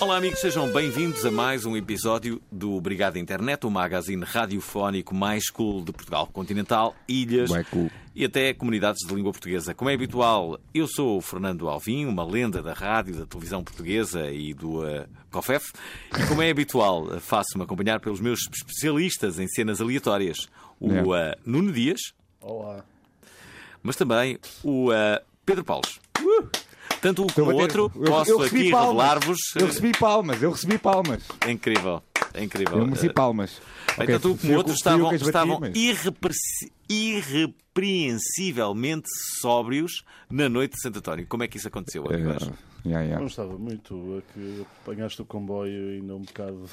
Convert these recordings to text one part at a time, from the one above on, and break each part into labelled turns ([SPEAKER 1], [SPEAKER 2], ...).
[SPEAKER 1] Olá, amigos, sejam bem-vindos a mais um episódio do Obrigado Internet, o magazine radiofónico mais cool de Portugal continental, ilhas
[SPEAKER 2] Bué cool.
[SPEAKER 1] e até comunidades de língua portuguesa. Como é habitual, eu sou o Fernando Alvim, uma lenda da rádio, da televisão portuguesa e do eh, COFEF. E como é habitual, faço-me acompanhar pelos meus especialistas em cenas aleatórias, o
[SPEAKER 2] É.
[SPEAKER 1] eh, Nuno Dias,
[SPEAKER 3] Olá.
[SPEAKER 1] mas também o eh, Pedro Paulos. Tanto um como o
[SPEAKER 2] bater-
[SPEAKER 1] outro,
[SPEAKER 2] Uh! Então, eu- eu
[SPEAKER 1] posso
[SPEAKER 2] recebi
[SPEAKER 1] aqui
[SPEAKER 2] palmas.
[SPEAKER 1] revelar-vos.
[SPEAKER 2] Eu recebi palmas, eu recebi palmas.
[SPEAKER 1] É incrível, é incrível.
[SPEAKER 2] Eu mereci palmas.
[SPEAKER 1] Bem,
[SPEAKER 2] um Ok,
[SPEAKER 1] tanto um
[SPEAKER 2] fui
[SPEAKER 1] como
[SPEAKER 2] eu
[SPEAKER 1] o outro
[SPEAKER 2] que- fui eu
[SPEAKER 1] estavam,
[SPEAKER 2] que as bati,
[SPEAKER 1] estavam
[SPEAKER 2] mas-
[SPEAKER 1] irrepresi- irrepreensivelmente sóbrios na noite de Santo António. Como é que isso aconteceu,
[SPEAKER 2] Eh,
[SPEAKER 1] amigos?
[SPEAKER 2] yeah, yeah.
[SPEAKER 3] Não estava muito a que apanhaste o comboio ainda um bocado.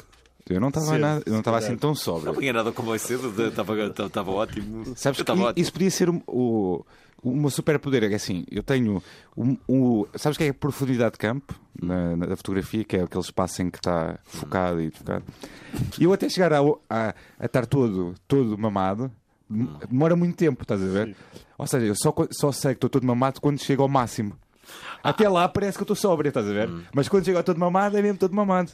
[SPEAKER 2] Eu não estava
[SPEAKER 3] Cedo,
[SPEAKER 2] nada, eu não estava
[SPEAKER 3] se
[SPEAKER 2] assim tão sóbrio.
[SPEAKER 1] Não apanhei nada com mais cedo, de- estava estava ótimo.
[SPEAKER 2] Sabes
[SPEAKER 1] Eu
[SPEAKER 2] que
[SPEAKER 1] estava ótimo.
[SPEAKER 2] isso podia ser um- o, uma superpoder. É que assim, eu tenho um, um- Sabes o que é a profundidade de campo
[SPEAKER 1] Hum.
[SPEAKER 2] na, na fotografia, que é aquele espaço em que está focado e focado. E eu até chegar ao- a, a estar todo, todo mamado, dem-
[SPEAKER 1] Hum.
[SPEAKER 2] demora muito tempo, estás a ver? Ou seja, eu só, co- só sei que estou todo mamado quando chego ao máximo. Até lá parece que eu estou sóbrio, estás a ver?
[SPEAKER 1] Hum.
[SPEAKER 2] Mas quando chego ao todo mamado, é mesmo todo mamado.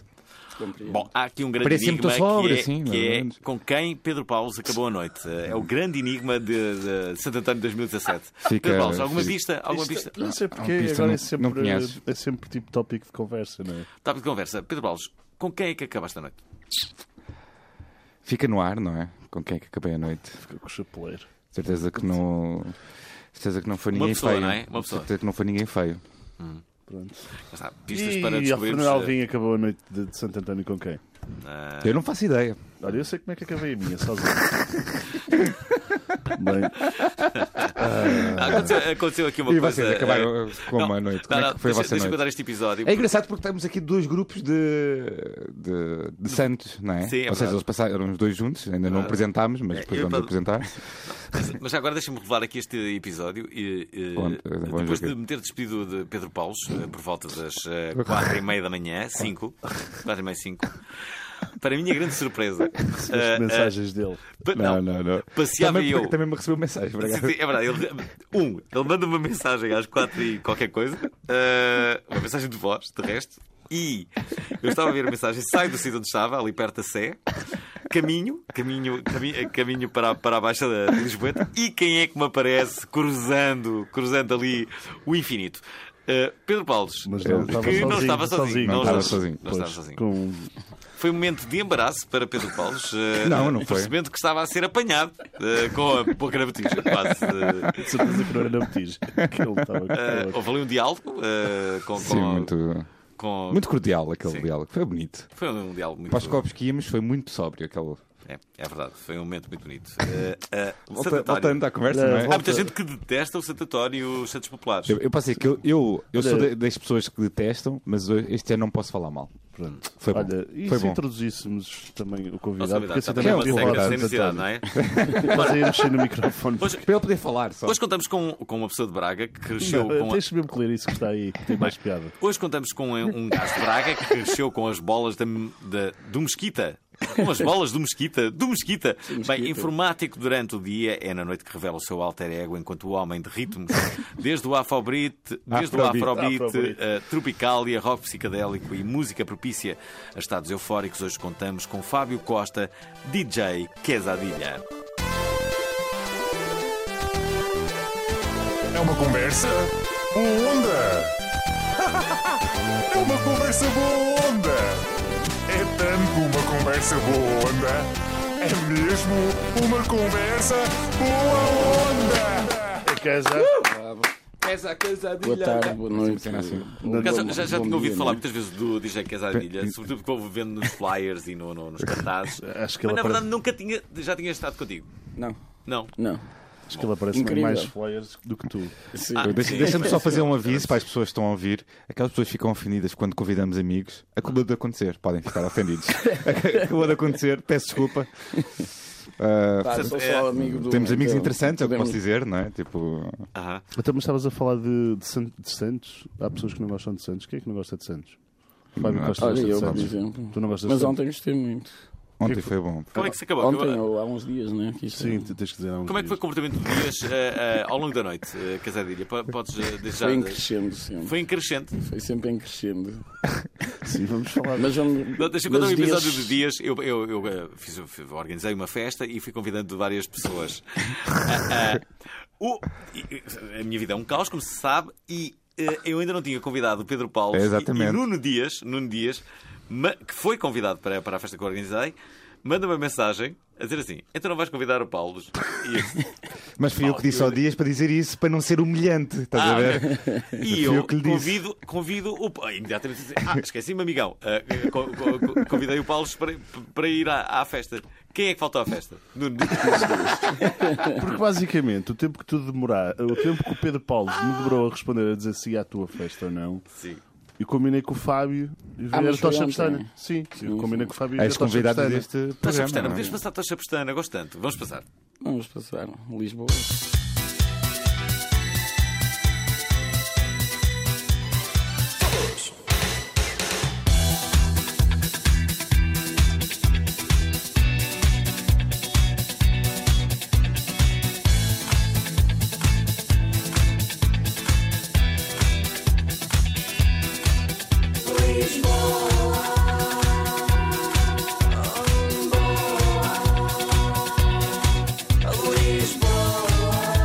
[SPEAKER 1] Bom, há aqui um grande
[SPEAKER 2] Parecia
[SPEAKER 1] enigma
[SPEAKER 2] muito sóbrio,
[SPEAKER 1] que, é,
[SPEAKER 2] assim,
[SPEAKER 1] que
[SPEAKER 2] mais ou
[SPEAKER 1] é
[SPEAKER 2] menos.
[SPEAKER 1] com quem Pedro Paulos acabou a noite. É o grande enigma de, de Santo António de 2017.
[SPEAKER 2] Fica-
[SPEAKER 1] Pedro Paulos, alguma
[SPEAKER 2] fica-
[SPEAKER 1] pista? Alguma
[SPEAKER 3] Isto-
[SPEAKER 1] pista?
[SPEAKER 3] Não sei porque
[SPEAKER 2] Ah, pista
[SPEAKER 3] agora
[SPEAKER 2] não-
[SPEAKER 3] é,
[SPEAKER 2] não
[SPEAKER 3] sempre,
[SPEAKER 2] conheces.
[SPEAKER 3] é sempre tipo tópico de conversa, não é?
[SPEAKER 1] Tópico de conversa. Pedro Paulos, com quem é que acabaste a noite?
[SPEAKER 2] Fica no ar, não é? Com quem é que acabei a noite?
[SPEAKER 3] Fica com o chapeleiro.
[SPEAKER 2] Certeza que não. Certeza que não foi
[SPEAKER 1] Uma
[SPEAKER 2] ninguém
[SPEAKER 1] pessoa,
[SPEAKER 2] feio.
[SPEAKER 1] não é? Uma pessoa.
[SPEAKER 2] Certeza que não foi ninguém feio.
[SPEAKER 3] Pronto.
[SPEAKER 1] Mas há pistas para
[SPEAKER 3] e a Fernando
[SPEAKER 1] descobrirmos. eh,
[SPEAKER 3] Alvim acabou a noite de, de Santo António com quem?
[SPEAKER 1] ah,
[SPEAKER 2] Eu não faço ideia.
[SPEAKER 3] Olha, eu sei como é que acabei a minha, sozinho. Bem,
[SPEAKER 1] Aconteceu, aconteceu aqui uma
[SPEAKER 2] e
[SPEAKER 1] coisa.
[SPEAKER 2] vocês
[SPEAKER 1] eh,
[SPEAKER 2] acabaram com
[SPEAKER 1] não,
[SPEAKER 2] uma noite.
[SPEAKER 1] não,
[SPEAKER 2] Como é
[SPEAKER 1] não,
[SPEAKER 2] que foi a
[SPEAKER 1] deixa-
[SPEAKER 2] vossa
[SPEAKER 1] Deixa-me
[SPEAKER 2] noite?
[SPEAKER 1] contar este episódio.
[SPEAKER 2] É engraçado porque estamos aqui dois grupos de, de, de santos, não é?
[SPEAKER 1] Sim, é verdade. Ah. É,
[SPEAKER 2] Ou seja, eles passaram os dois juntos, ainda não apresentámos, mas depois
[SPEAKER 1] eu
[SPEAKER 2] vamos
[SPEAKER 1] pa-
[SPEAKER 2] apresentar.
[SPEAKER 1] Mas- Mas agora deixa-me revelar aqui este episódio. E, e,
[SPEAKER 2] Conta, eh, vamos
[SPEAKER 1] depois
[SPEAKER 2] ver.
[SPEAKER 1] de me ter despedido de Pedro Paulos, eh, por volta das eh, quatro e meia da manhã, cinco, quatro e meia, cinco, para a minha grande surpresa, eh,
[SPEAKER 3] as mensagens dele.
[SPEAKER 1] eh, pa- não, passeava
[SPEAKER 2] Também,
[SPEAKER 1] eu.
[SPEAKER 2] também me recebeu mensagem. por acaso.
[SPEAKER 1] Sim, sim, É verdade, ele, um, ele manda uma mensagem às quatro e qualquer coisa, eh, uma mensagem de voz, de resto, e eu estava a ver a mensagem, saio do sítio onde estava, ali perto da Sé, caminho, caminho, cami- eh, caminho para, a- para a Baixa da de Lisboeta, e quem é que me aparece cruzando, cruzando ali o infinito? Eh, Pedro Paulos,
[SPEAKER 3] Mas não estava
[SPEAKER 1] que não
[SPEAKER 3] sozinho,
[SPEAKER 1] estava sozinho.
[SPEAKER 3] sozinho.
[SPEAKER 2] Não estava sozinho.
[SPEAKER 1] Não estava
[SPEAKER 3] Pois,
[SPEAKER 1] sozinho.
[SPEAKER 3] Com...
[SPEAKER 1] Foi um momento de embaraço para Pedro Paulos. eh,
[SPEAKER 2] Não, não foi.
[SPEAKER 1] Percebendo que estava a ser apanhado eh, com a boca na botija, quase. eh,
[SPEAKER 3] De certeza que não era botija. Que ele estava com
[SPEAKER 1] eh,
[SPEAKER 3] ela.
[SPEAKER 1] houve ali um diálogo eh, com.
[SPEAKER 2] É Sim,
[SPEAKER 1] com-
[SPEAKER 2] muito,
[SPEAKER 1] com-
[SPEAKER 2] muito cordial aquele
[SPEAKER 1] Sim.
[SPEAKER 2] diálogo. Foi bonito.
[SPEAKER 1] Foi um diálogo muito.
[SPEAKER 2] Para os copos que íamos, foi muito sóbrio aquele.
[SPEAKER 1] É, é verdade, foi um momento muito bonito. Eh, eh,
[SPEAKER 2] Volta-
[SPEAKER 1] Santo António.
[SPEAKER 2] Voltando à conversa,
[SPEAKER 3] Não,
[SPEAKER 2] não é?
[SPEAKER 1] Há muita gente que detesta o Santatório e os Santos Populares.
[SPEAKER 2] Eu, eu posso dizer que eu, eu, eu sou
[SPEAKER 3] Olha-
[SPEAKER 2] da- das pessoas que detestam, mas hoje- este ano não posso falar mal.
[SPEAKER 3] Pronto.
[SPEAKER 2] Foi bom.
[SPEAKER 3] Olha, e
[SPEAKER 2] Foi
[SPEAKER 3] se
[SPEAKER 2] bom.
[SPEAKER 3] introduzíssemos também o
[SPEAKER 1] Nossa,
[SPEAKER 3] convidado?
[SPEAKER 1] verdade,
[SPEAKER 3] Porque assim
[SPEAKER 1] está bem,
[SPEAKER 3] também
[SPEAKER 2] é
[SPEAKER 3] podia
[SPEAKER 2] uma
[SPEAKER 1] uma
[SPEAKER 3] falar
[SPEAKER 1] seca,
[SPEAKER 2] rodada
[SPEAKER 1] sem necessidade,
[SPEAKER 3] tanto, tanto.
[SPEAKER 1] não é?
[SPEAKER 3] Estás a ir mexer no microfone.
[SPEAKER 1] Hoje,
[SPEAKER 2] Para ele poder falar só.
[SPEAKER 1] hoje contamos com, com uma pessoa de Braga que cresceu
[SPEAKER 3] Não,
[SPEAKER 1] com. a-
[SPEAKER 3] Tens mesmo que ler isso que está aí, que tem mais piada.
[SPEAKER 1] Hoje contamos com um gajo de Braga que cresceu com as bolas da, da- do Mesquita. Com as bolas do Mesquita. Do Mesquita. Bem, informático durante o dia, é na noite que revela o seu alter ego enquanto homem de ritmos. Desde o Afrobeat, desde
[SPEAKER 2] Afrobeat.
[SPEAKER 1] o Afrobeat,
[SPEAKER 3] Afrobeat.
[SPEAKER 1] eh, Tropicália, rock psicadélico e música propícia a estados eufóricos, hoje contamos com Fábio Costa, DJ Quesadilha.
[SPEAKER 4] É uma conversa boa onda. É uma conversa boa onda. É tanto uma conversa boa onda. É mesmo
[SPEAKER 1] É
[SPEAKER 4] uma conversa boa onda.
[SPEAKER 3] A casa.
[SPEAKER 2] Essa
[SPEAKER 5] Boa tarde, boa noite.
[SPEAKER 2] Sim, sim.
[SPEAKER 1] Já,
[SPEAKER 5] Bom- bom-
[SPEAKER 1] assim, um já, já
[SPEAKER 5] bom
[SPEAKER 1] tinha ouvido
[SPEAKER 5] dia,
[SPEAKER 1] falar
[SPEAKER 5] não
[SPEAKER 1] muitas vezes do DJ Casadilha, sobretudo porque vou vendo nos flyers e no, no- nos cartazes.
[SPEAKER 3] Acho que
[SPEAKER 1] Mas
[SPEAKER 3] ele
[SPEAKER 1] na verdade
[SPEAKER 3] aparece,
[SPEAKER 1] nunca tinha, já tinha estado contigo.
[SPEAKER 5] é? Não,
[SPEAKER 1] Não.
[SPEAKER 5] não.
[SPEAKER 3] acho que ele aparece em
[SPEAKER 5] Incrível.
[SPEAKER 3] mais flyers do que tu.
[SPEAKER 5] Sim.
[SPEAKER 1] Ah,
[SPEAKER 2] Deixa-
[SPEAKER 1] sim.
[SPEAKER 2] Deixa-me só fazer um aviso para as pessoas que estão a ouvir. Aquelas pessoas que ficam ofendidas quando convidamos amigos. Acabou de acontecer. Podem ficar ofendidos. Acabou de acontecer. Peço desculpa. Ah,
[SPEAKER 5] Pá, sou
[SPEAKER 1] é-
[SPEAKER 5] só amigo do.
[SPEAKER 2] temos amigos
[SPEAKER 5] do-
[SPEAKER 2] interessantes, é o que
[SPEAKER 5] podemos-
[SPEAKER 2] posso dizer, não é? Tipo,
[SPEAKER 1] Aham.
[SPEAKER 3] Até me Então, estavas a falar de, de San- de Santos. Há pessoas que não gostam de Santos. Quem é que não gosta de Santos? Fábio
[SPEAKER 2] Não,
[SPEAKER 3] Costa
[SPEAKER 5] Hum,
[SPEAKER 3] gosta
[SPEAKER 5] Olha,
[SPEAKER 3] de
[SPEAKER 5] eu, por
[SPEAKER 3] Santos.
[SPEAKER 5] exemplo.
[SPEAKER 3] Tu não gostas
[SPEAKER 5] Mas
[SPEAKER 3] de Santos?
[SPEAKER 5] ontem gostei muito.
[SPEAKER 2] ontem foi bom.
[SPEAKER 1] Como é que se acabou?
[SPEAKER 5] Ontem,
[SPEAKER 1] Acabou-
[SPEAKER 5] ou há uns dias, né? Que isto-
[SPEAKER 3] Sim, tu tens que dizer há uns
[SPEAKER 1] Como é que foi o
[SPEAKER 3] dias.
[SPEAKER 1] comportamento do Dias eh, eh, ao longo da noite, eh, Casadilha? Po- Podes eh, deixar.
[SPEAKER 5] Foi em crescendo sempre.
[SPEAKER 1] Foi em crescente.
[SPEAKER 5] Foi sempre em crescendo.
[SPEAKER 3] Sim, vamos falar.
[SPEAKER 5] Mas vamos.
[SPEAKER 1] Não, Deixa eu
[SPEAKER 5] mas
[SPEAKER 1] contar um
[SPEAKER 5] os
[SPEAKER 1] episódio
[SPEAKER 5] dias-
[SPEAKER 1] de Dias. Eu, eu, eu, eh, fiz- eu fiz- organizei uma festa e fui convidando várias pessoas. Ah, ah, o- e- e- a minha vida é um caos, como se sabe, e eh, eu ainda não tinha convidado o Pedro Paulo
[SPEAKER 2] É,
[SPEAKER 1] e,
[SPEAKER 2] exatamente.
[SPEAKER 1] e Nuno Dias, Nuno Dias ma- que foi convidado para, para a festa que eu organizei, manda-me uma mensagem a dizer assim: então não vais convidar o Paulo? E eu,
[SPEAKER 2] Mas fui eu que disse ao Dias para dizer isso, para não ser humilhante. Estás a ver?
[SPEAKER 1] E
[SPEAKER 2] Fui
[SPEAKER 1] eu
[SPEAKER 2] eu é que lhe disse.
[SPEAKER 1] convido, convido o. Ah, Imediatamente disse, ah, esqueci-me, amigão. Ah, co- co- convidei o Paulo para, para ir à, à festa. Quem é que faltou à festa? Nuno.
[SPEAKER 3] Porque basicamente o tempo que tu demorar, o tempo que o Pedro Paulo me demorou a responder a dizer se ia à tua festa ou não,
[SPEAKER 1] Sim.
[SPEAKER 3] eu combinei com o Fábio e
[SPEAKER 5] Ah,
[SPEAKER 3] ah,
[SPEAKER 5] mas
[SPEAKER 3] a
[SPEAKER 5] foi
[SPEAKER 3] Tocha
[SPEAKER 5] ontem.
[SPEAKER 3] Pestana. Sim, eu combinei com o Fábio e tá
[SPEAKER 2] És
[SPEAKER 3] a Tocha
[SPEAKER 2] convidado
[SPEAKER 3] Pestana.
[SPEAKER 2] deste
[SPEAKER 1] Tocha
[SPEAKER 2] programa.
[SPEAKER 1] Pestana,
[SPEAKER 2] não é?
[SPEAKER 1] podemos passar a Tocha Pestana, gosto tanto. Vamos passar.
[SPEAKER 5] Vamos passar. Lisboa.
[SPEAKER 6] é é
[SPEAKER 7] Lisboa,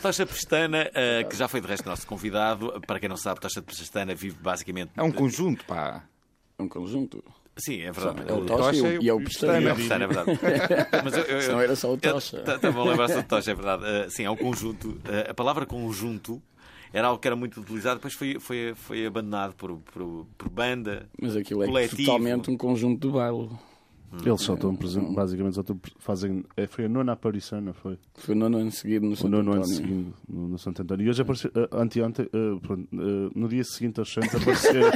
[SPEAKER 1] Tocha Pestana, eh, que já foi de resto nosso convidado. Para quem não sabe, Tocha de Pestana vive basicamente.
[SPEAKER 2] É um conjunto, pá.
[SPEAKER 5] É um conjunto.
[SPEAKER 1] Sim, é verdade.
[SPEAKER 2] um
[SPEAKER 5] É o Tocha e o- e é o
[SPEAKER 1] É
[SPEAKER 5] Pestana.
[SPEAKER 1] o Pestana, é verdade. Mas eu, eu,
[SPEAKER 5] Senão era só o Tocha.
[SPEAKER 1] Estava a lembrar-se do Tocha, é verdade. Eh, sim, é um conjunto. Eh, a palavra conjunto era algo que era muito utilizado, depois foi, foi, foi abandonado por, por, por banda.
[SPEAKER 5] Mas aquilo é
[SPEAKER 1] Coletivo.
[SPEAKER 5] totalmente um conjunto de baile.
[SPEAKER 3] Eles só estão
[SPEAKER 5] Então.
[SPEAKER 3] presentes, basicamente só estão pre- fazem. é, Foi a nona aparição, não foi?
[SPEAKER 5] Foi no nono ano seguido no
[SPEAKER 3] O
[SPEAKER 5] Santo
[SPEAKER 3] nono ano
[SPEAKER 5] António.
[SPEAKER 3] seguinte no, no Santo António. E hoje apareceu. eh, anteontem, eh, pronto, eh, no dia seguinte aos Santos apareceu,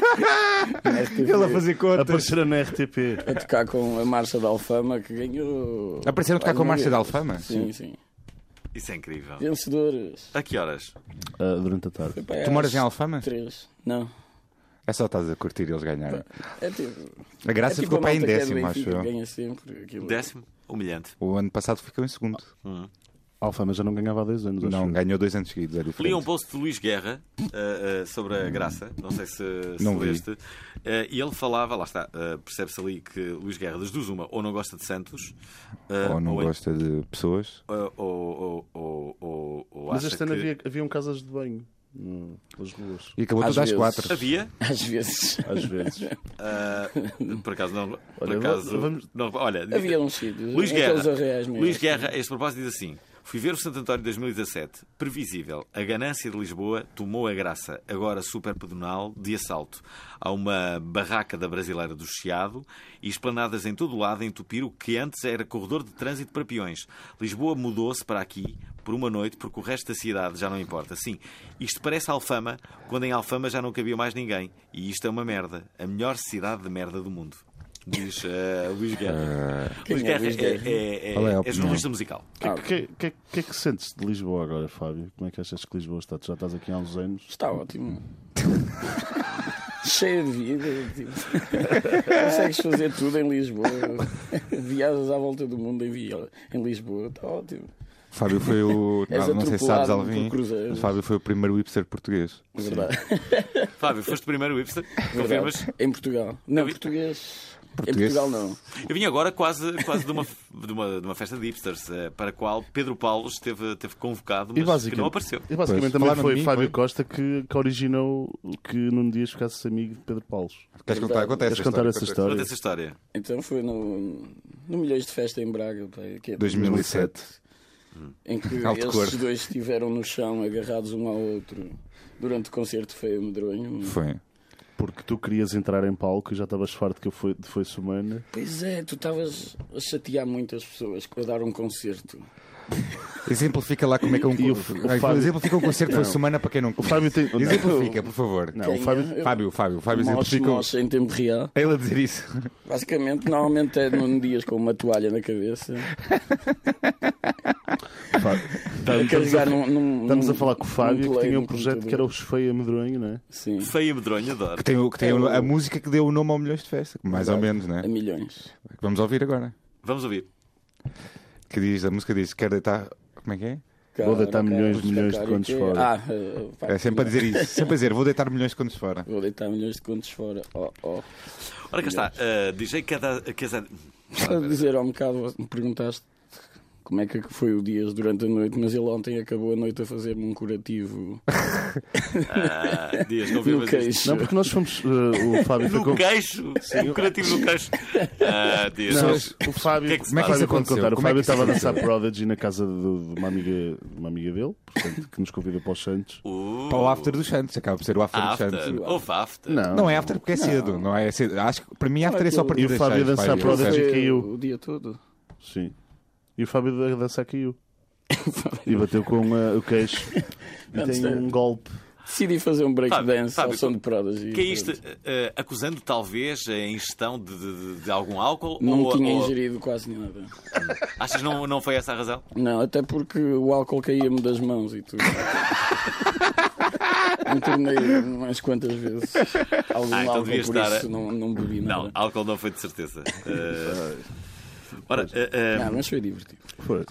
[SPEAKER 2] Ele a fazer contas.
[SPEAKER 3] apareceram na RTP.
[SPEAKER 5] A tocar com a Marcha da Alfama que ganhou.
[SPEAKER 2] Apareceram a tocar com a Marcha da
[SPEAKER 5] Mais
[SPEAKER 2] Alfama?
[SPEAKER 5] uma vez. Sim, sim.
[SPEAKER 1] Isso é incrível.
[SPEAKER 5] Vencedores.
[SPEAKER 1] A que horas?
[SPEAKER 3] Ah, durante a tarde.
[SPEAKER 5] Epá,
[SPEAKER 2] Tu
[SPEAKER 5] às
[SPEAKER 2] moras em Alfama?
[SPEAKER 5] Três. Não.
[SPEAKER 2] É só estás a curtir e eles ganharem.
[SPEAKER 5] É tipo.
[SPEAKER 2] A
[SPEAKER 5] é
[SPEAKER 2] graça
[SPEAKER 5] tipo
[SPEAKER 2] ficou
[SPEAKER 5] a
[SPEAKER 2] para aí em
[SPEAKER 5] malta que é do
[SPEAKER 2] décimo, acho
[SPEAKER 5] Benfica,
[SPEAKER 2] eu.
[SPEAKER 5] Ganha sempre. Aquilo.
[SPEAKER 1] Décimo? Humilhante.
[SPEAKER 2] O ano passado ficou em
[SPEAKER 5] Ah,
[SPEAKER 2] segundo.
[SPEAKER 3] Alfama já não ganhava há 10 anos, acho.
[SPEAKER 2] Não,
[SPEAKER 3] eu.
[SPEAKER 2] ganhou dois anos seguidos. É
[SPEAKER 1] Li um
[SPEAKER 2] diferente.
[SPEAKER 1] post de Luís Guerra eh, eh, sobre a graça, não sei se, se
[SPEAKER 2] Não vi.
[SPEAKER 1] leste, Eh, e ele falava, lá está, eh, percebe-se ali que Luís Guerra das duas uma, ou não gosta de Santos, eh,
[SPEAKER 2] Ou não
[SPEAKER 1] é-
[SPEAKER 2] gosta de pessoas.
[SPEAKER 1] ou, ou, ou, ou, ou
[SPEAKER 3] Mas
[SPEAKER 1] acha
[SPEAKER 3] este ano
[SPEAKER 1] que...
[SPEAKER 3] havia, haviam casas de banho no- nas ruas,
[SPEAKER 2] E acabou
[SPEAKER 5] Às
[SPEAKER 2] tudo às
[SPEAKER 5] vezes.
[SPEAKER 2] quatro.
[SPEAKER 1] Havia,
[SPEAKER 5] Às vezes.
[SPEAKER 3] às vezes.
[SPEAKER 1] ah, por acaso não. Por
[SPEAKER 3] Olha,
[SPEAKER 1] acaso,
[SPEAKER 3] vamos-
[SPEAKER 1] não- olha,
[SPEAKER 5] Havia uns sítios.
[SPEAKER 1] Luís
[SPEAKER 5] aqueles
[SPEAKER 1] Guerra.
[SPEAKER 5] arreais mesmo.
[SPEAKER 1] Luís Guerra, a este propósito, diz assim: Fui ver o Santo António 2017, previsível. A ganância de Lisboa tomou a graça, agora super pedonal, de assalto. Há uma barraca da Brasileira do Chiado e esplanadas em todo o lado a entupir o que antes era corredor de trânsito para peões. Lisboa mudou-se para aqui por uma noite porque o resto da cidade já não importa. Sim, isto parece Alfama, quando em Alfama já não cabia mais ninguém. E isto é uma merda. A melhor cidade de merda do mundo. Diz eh, Luís Guerra.
[SPEAKER 5] Quem
[SPEAKER 1] Luís
[SPEAKER 5] é
[SPEAKER 1] Guerra
[SPEAKER 5] Luís
[SPEAKER 1] é,
[SPEAKER 5] Guerra?
[SPEAKER 1] é, é,
[SPEAKER 2] Qual é a
[SPEAKER 1] é
[SPEAKER 2] opinião?
[SPEAKER 1] jornalista musical.
[SPEAKER 5] Ah,
[SPEAKER 3] O que, que, que é que sentes de Lisboa agora, Fábio? Como é que achas que Lisboa está? Tu já estás aqui há uns anos.
[SPEAKER 5] Está ótimo. Cheio de vida. Tipo. Consegues fazer tudo em Lisboa. Viajas à volta do mundo em, vi- em Lisboa. Está ótimo.
[SPEAKER 2] Fábio foi o.
[SPEAKER 5] És
[SPEAKER 2] não, não sei se sabes,
[SPEAKER 5] atropelado
[SPEAKER 2] Alvin.
[SPEAKER 5] por cruzeiros.
[SPEAKER 2] mas Fábio foi o primeiro hipster português.
[SPEAKER 5] Verdade.
[SPEAKER 1] Fábio, foste o primeiro hipster?
[SPEAKER 5] Verdade.
[SPEAKER 1] Confirmas?
[SPEAKER 5] Em Portugal. Não,
[SPEAKER 1] vi-
[SPEAKER 5] português. Em
[SPEAKER 2] Português.
[SPEAKER 5] Portugal não.
[SPEAKER 1] Eu vim agora quase, quase de, uma, de, uma, de uma festa de hipsters, eh, para a qual Pedro Paulo esteve, esteve convocado, mas
[SPEAKER 3] E
[SPEAKER 1] que
[SPEAKER 3] basicamente,
[SPEAKER 1] não apareceu.
[SPEAKER 3] E
[SPEAKER 2] Pois,
[SPEAKER 3] basicamente também
[SPEAKER 2] falaram
[SPEAKER 3] foi
[SPEAKER 2] de mim,
[SPEAKER 3] Fábio
[SPEAKER 2] foi?
[SPEAKER 3] Costa que, que originou que num dia ficasse amigo de Pedro Paulos.
[SPEAKER 2] Queres contar? Conta essa
[SPEAKER 3] Queres contar
[SPEAKER 2] história,
[SPEAKER 3] essa
[SPEAKER 2] conta
[SPEAKER 3] história?
[SPEAKER 1] Conta essa história.
[SPEAKER 5] Então foi no, no Milhões de Festa em Braga, pá, que é
[SPEAKER 2] 2007.
[SPEAKER 5] em que
[SPEAKER 2] Alto
[SPEAKER 5] esses
[SPEAKER 2] cor.
[SPEAKER 5] dois estiveram no chão agarrados um ao outro durante o concerto foi um medronho.
[SPEAKER 2] Foi.
[SPEAKER 3] Porque tu querias entrar em palco e já estavas farto que eu fui, de foi semana.
[SPEAKER 5] Pois é, tu estavas a chatear muitas pessoas a dar um concerto.
[SPEAKER 2] Exemplifica lá como é que é um.
[SPEAKER 3] E o-
[SPEAKER 2] Ai,
[SPEAKER 3] o Fábio-
[SPEAKER 2] Exemplifica um concerto foi semana para quem não
[SPEAKER 3] O Fábio tem.
[SPEAKER 2] Exemplifica, por favor.
[SPEAKER 3] Não, É, o Fábio.
[SPEAKER 5] é? Eu-
[SPEAKER 2] Fábio, Fábio, Fábio
[SPEAKER 5] Mostra,
[SPEAKER 2] exemplifica. o-
[SPEAKER 5] mostra em tempo real.
[SPEAKER 2] É Ele a dizer isso.
[SPEAKER 5] Basicamente, normalmente é num dias com uma toalha na cabeça.
[SPEAKER 3] Fábio-
[SPEAKER 5] A
[SPEAKER 3] Estamos
[SPEAKER 5] carregar
[SPEAKER 3] a,
[SPEAKER 5] num, num-
[SPEAKER 3] estamos a
[SPEAKER 5] num-
[SPEAKER 3] falar com o
[SPEAKER 5] num
[SPEAKER 3] Fábio que
[SPEAKER 5] play
[SPEAKER 3] tinha um
[SPEAKER 5] no
[SPEAKER 3] projeto que era
[SPEAKER 5] computador.
[SPEAKER 3] os Feio Amedronho, não é?
[SPEAKER 5] Sim,
[SPEAKER 1] Feio e medronho, adoro.
[SPEAKER 2] Que tem, o- que tem
[SPEAKER 5] É o-
[SPEAKER 2] a música que deu o nome ao Milhões de Festa, mais ou menos, né?
[SPEAKER 3] É
[SPEAKER 5] a milhões.
[SPEAKER 2] Que Vamos ouvir agora.
[SPEAKER 1] Vamos ouvir.
[SPEAKER 2] Que diz, a música diz, quero deitar. Como é que é?
[SPEAKER 5] Cara,
[SPEAKER 3] deitar milhões e
[SPEAKER 5] cara,
[SPEAKER 3] milhões de
[SPEAKER 5] cara,
[SPEAKER 3] contos
[SPEAKER 5] que-
[SPEAKER 3] fora.
[SPEAKER 5] Ah, eh, pá,
[SPEAKER 2] É sempre a dizer isso. Sempre a dizer, vou deitar milhões de contos fora.
[SPEAKER 5] Vou deitar milhões de contos fora. Oh, oh.
[SPEAKER 1] Ah, Ora cá está. eh, DJ Cada. Cada...
[SPEAKER 5] Só
[SPEAKER 1] é-
[SPEAKER 5] dizer ao bocado, me perguntaste como é que foi o Dias durante a noite, mas ele ontem acabou a noite a fazer-me um curativo
[SPEAKER 1] Ah, Dias, não viu,
[SPEAKER 5] no
[SPEAKER 1] mas isto-
[SPEAKER 5] queixo.
[SPEAKER 3] Não, porque nós fomos. eh, o Fábio foi com.
[SPEAKER 1] No queixo! Um curativo no queixo. Ah, Dias.
[SPEAKER 3] Não,
[SPEAKER 2] Mas
[SPEAKER 3] o Fábio,
[SPEAKER 1] que é que se
[SPEAKER 3] como é
[SPEAKER 2] passa?
[SPEAKER 3] que Fábio pode
[SPEAKER 2] Aconteceu?
[SPEAKER 3] contar? O
[SPEAKER 2] Como é
[SPEAKER 3] Fábio
[SPEAKER 2] que isso
[SPEAKER 3] estava a dançar Prodigy na casa de, de uma, amiga, de uma amiga dele, portanto, que nos convidou para os Santos.
[SPEAKER 1] Uh,
[SPEAKER 2] Para o after dos Santos, acaba por ser o after, dos
[SPEAKER 1] After.
[SPEAKER 2] Santos.
[SPEAKER 1] Houve after.
[SPEAKER 3] Não,
[SPEAKER 2] Não é after porque é cedo, não é cedo. Acho que para mim after é só a partir
[SPEAKER 3] E o
[SPEAKER 2] das
[SPEAKER 3] Fábio
[SPEAKER 2] seis,
[SPEAKER 3] dançar
[SPEAKER 2] pai,
[SPEAKER 3] para o
[SPEAKER 2] ou seja,
[SPEAKER 3] Dante.
[SPEAKER 5] Foi
[SPEAKER 3] caiu.
[SPEAKER 5] o dia todo.
[SPEAKER 3] Sim. E o Fábio da dança caiu. E bateu com eh, o queixo. E tem
[SPEAKER 5] certo.
[SPEAKER 3] um golpe.
[SPEAKER 5] Decidi fazer um breakdance
[SPEAKER 1] Fábio,
[SPEAKER 5] ao som de Prodigy.
[SPEAKER 1] Que é isto? eh, acusando talvez a ingestão de, de- de- de algum álcool?
[SPEAKER 5] Não
[SPEAKER 1] ou,
[SPEAKER 5] tinha
[SPEAKER 1] ou-
[SPEAKER 5] ingerido quase nada.
[SPEAKER 1] Achas que não, não foi essa a razão?
[SPEAKER 5] Não, até porque o álcool caía-me das mãos e tudo. Me tornei umas quantas vezes algum
[SPEAKER 1] Ah, então
[SPEAKER 5] álcool, por
[SPEAKER 1] devias estar a-
[SPEAKER 5] isso não, não bebi nada.
[SPEAKER 1] Não, álcool não foi de certeza. Eh, Ora, eh, eh,
[SPEAKER 5] Ah, mas foi divertido.
[SPEAKER 3] Foi.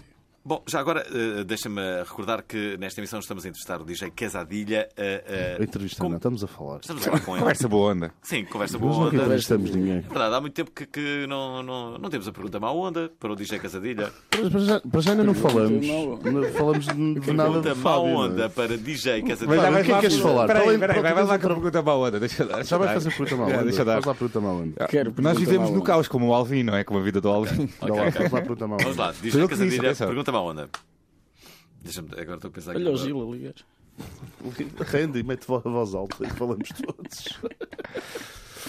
[SPEAKER 1] Bom, já agora eh, deixa-me recordar que nesta emissão estamos a entrevistar o DJ Casadilha. eh, eh,
[SPEAKER 3] Entrevista,
[SPEAKER 1] com-
[SPEAKER 3] não, estamos a falar.
[SPEAKER 1] Estamos a falar com ele.
[SPEAKER 2] Conversa boa onda.
[SPEAKER 1] Sim, conversa
[SPEAKER 3] Nós
[SPEAKER 1] boa
[SPEAKER 3] não
[SPEAKER 1] onda.
[SPEAKER 3] entrevistamos ninguém.
[SPEAKER 1] É verdade, há muito tempo que, que não, não, não temos a pergunta má onda para o DJ Casadilha.
[SPEAKER 3] Mas para já, para já ainda não falamos.
[SPEAKER 5] Não.
[SPEAKER 3] Não falamos de, de nada
[SPEAKER 1] Pergunta
[SPEAKER 3] de
[SPEAKER 1] má
[SPEAKER 3] Fábio. não é?
[SPEAKER 1] onda para DJ
[SPEAKER 3] Mas já
[SPEAKER 1] Casadilha.
[SPEAKER 3] vai- o que é que queres falar? Fala
[SPEAKER 2] Peraí,
[SPEAKER 3] aí,
[SPEAKER 2] peraí, vai, vai lá
[SPEAKER 3] outra-
[SPEAKER 2] com a pergunta para a onda. Deixa dar.
[SPEAKER 3] Já vais fazer pergunta mal.
[SPEAKER 2] Já, deixa dar.
[SPEAKER 3] Faz lá a pergunta mal. Anda.
[SPEAKER 1] Ah,
[SPEAKER 5] Quero
[SPEAKER 2] Nós
[SPEAKER 5] pergunta
[SPEAKER 2] vivemos
[SPEAKER 5] má
[SPEAKER 2] no
[SPEAKER 5] onda.
[SPEAKER 2] caos como o Alvin, não é? Como a vida do Alvin.
[SPEAKER 3] Dá lá, faz lá a pergunta mal.
[SPEAKER 1] Vamos lá,
[SPEAKER 2] Foi
[SPEAKER 1] DJ
[SPEAKER 2] eu que disse,
[SPEAKER 1] Casadilha,
[SPEAKER 2] atenção.
[SPEAKER 1] pergunta má onda. Deixa-me, agora estou a pensar
[SPEAKER 5] Olha o
[SPEAKER 1] aqui.
[SPEAKER 5] Gil a ligar.
[SPEAKER 3] Rende e mete vo- a voz alta e falamos todos.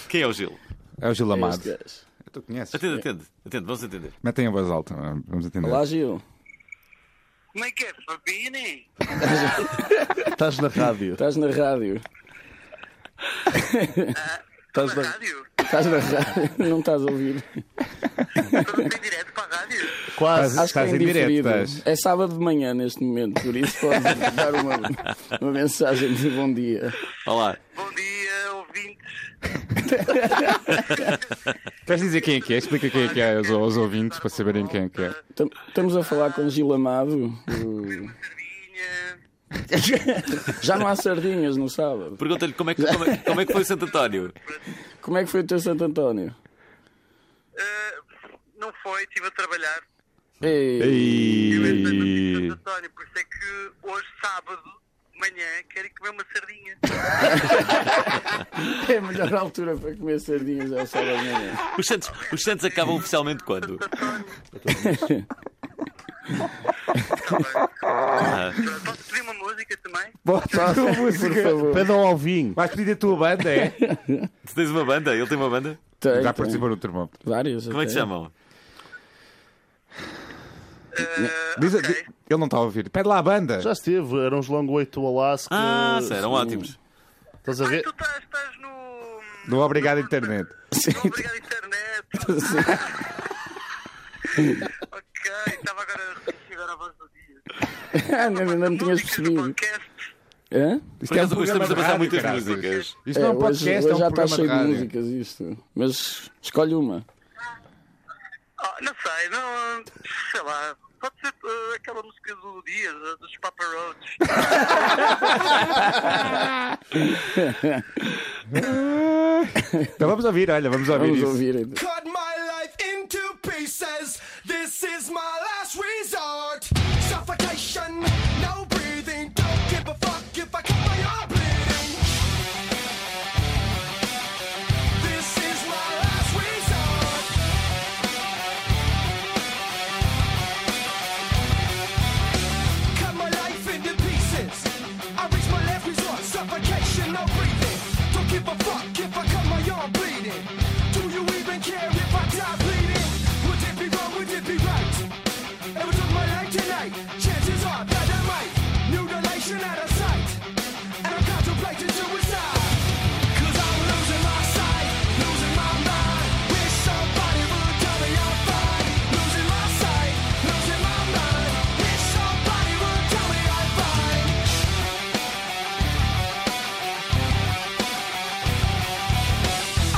[SPEAKER 1] Quem é o Gil?
[SPEAKER 2] É o Gil Amado.
[SPEAKER 5] Este gajo.
[SPEAKER 2] Tu conheces?
[SPEAKER 1] Atende, atende, atende, vamos atender.
[SPEAKER 2] Metem a voz alta. Vamos atender.
[SPEAKER 5] Olá, Gil.
[SPEAKER 7] Como é que é, Fabini?
[SPEAKER 3] Estás na rádio.
[SPEAKER 5] Estás na rádio.
[SPEAKER 3] Estás na...
[SPEAKER 7] Rádio?
[SPEAKER 5] Estás na rádio. Não estás a ouvir.
[SPEAKER 7] Estamos em direto para a rádio?
[SPEAKER 3] Quase.
[SPEAKER 5] Acho que
[SPEAKER 2] Estás
[SPEAKER 5] é
[SPEAKER 2] em direto,
[SPEAKER 5] indiferido.
[SPEAKER 2] estás.
[SPEAKER 5] É sábado de manhã neste momento, por isso podes dar uma, uma mensagem de bom dia.
[SPEAKER 1] Olá.
[SPEAKER 7] Bom dia, ouvintes.
[SPEAKER 2] Queres dizer quem é que é? Explica quem é que é aos, aos ouvintes para saberem quem é que é.
[SPEAKER 5] Tam- Então, Estamos a falar com Gil Amado. o-
[SPEAKER 7] Sardinha.
[SPEAKER 5] Já não há sardinhas no sábado.
[SPEAKER 1] Pergunta-lhe como, é que- como, é- como é que foi o Santo António.
[SPEAKER 5] Como é que foi o teu Santo António?
[SPEAKER 7] Ah, não foi, estive a trabalhar.
[SPEAKER 5] Ei,
[SPEAKER 7] Eu entrei no
[SPEAKER 2] E...
[SPEAKER 7] Santo António, por isso é que hoje, sábado, de manhã, quero ir comer uma sardinha.
[SPEAKER 5] É a melhor altura para comer sardinhas é o sábado de manhã.
[SPEAKER 1] Os Santos, os Santos acabam oficialmente quando?
[SPEAKER 7] Está bem. Pronto, Posso pedir uma música também?
[SPEAKER 2] Bota a tua
[SPEAKER 5] Por
[SPEAKER 2] música.
[SPEAKER 5] favor.
[SPEAKER 3] Pede ao Alvin.
[SPEAKER 2] Vais pedir a tua banda, é?
[SPEAKER 1] Tu tens uma banda? Ele tem uma banda?
[SPEAKER 5] Tem,
[SPEAKER 2] Já
[SPEAKER 5] tem.
[SPEAKER 2] participou no termómetro.
[SPEAKER 5] Várias.
[SPEAKER 1] Como é que se chamam?
[SPEAKER 2] Diz-
[SPEAKER 7] Ok.
[SPEAKER 2] di- Ele não está a ouvir. Pede lá a banda.
[SPEAKER 3] Já esteve. Eram os Long Way to Alaska.
[SPEAKER 1] Ah, sim, eram ótimos.
[SPEAKER 3] Estás a
[SPEAKER 7] Ah,
[SPEAKER 3] ver?
[SPEAKER 7] tu estás, estás no.
[SPEAKER 2] Do Obrigado Internet.
[SPEAKER 7] No Obrigado, internet. ok, estava agora a reconhecer agora a voz do dia.
[SPEAKER 5] Ainda não me tinhas
[SPEAKER 7] Músicas do
[SPEAKER 5] percebido.
[SPEAKER 7] podcast.
[SPEAKER 5] Hã?
[SPEAKER 2] Isto é um
[SPEAKER 1] Por acaso, hoje
[SPEAKER 2] programa
[SPEAKER 1] estamos a
[SPEAKER 2] de
[SPEAKER 1] passar
[SPEAKER 2] rádio,
[SPEAKER 1] muitas
[SPEAKER 2] caraças.
[SPEAKER 1] músicas.
[SPEAKER 2] Isto não é um
[SPEAKER 5] hoje-
[SPEAKER 2] podcast,
[SPEAKER 5] hoje
[SPEAKER 2] é um
[SPEAKER 5] já está
[SPEAKER 2] programa
[SPEAKER 5] cheio
[SPEAKER 2] de
[SPEAKER 5] de
[SPEAKER 2] rádio.
[SPEAKER 5] músicas isto. Mas escolhe uma.
[SPEAKER 7] Ah, não sei, não. Sei lá. Pode ser eh, aquela música do dia, eh, dos Papa Roach.
[SPEAKER 2] Então vamos ouvir, olha, vamos ouvir
[SPEAKER 5] Vamos
[SPEAKER 2] isso.
[SPEAKER 5] ouvir. então.
[SPEAKER 6] cut my life into pieces. This is my last resort. Suffocation, no breathing. Don't give a fuck if I cut my arm bleeding. This is my last resort. Cut my life into pieces. I reach my last resort. Suffocation, no breathing. Don't give a fuck if I cut my arm bleeding. Do you even care if I die bleeding? Would it be wrong? Would it be right? If I took my life tonight, chances are that I might. Mutilation out of sight. And I'm contemplating suicide. Cause I'm losing my sight, losing my mind. Wish somebody would tell me I'm fine. Losing my sight, losing my mind. Wish somebody would tell me I'm fine.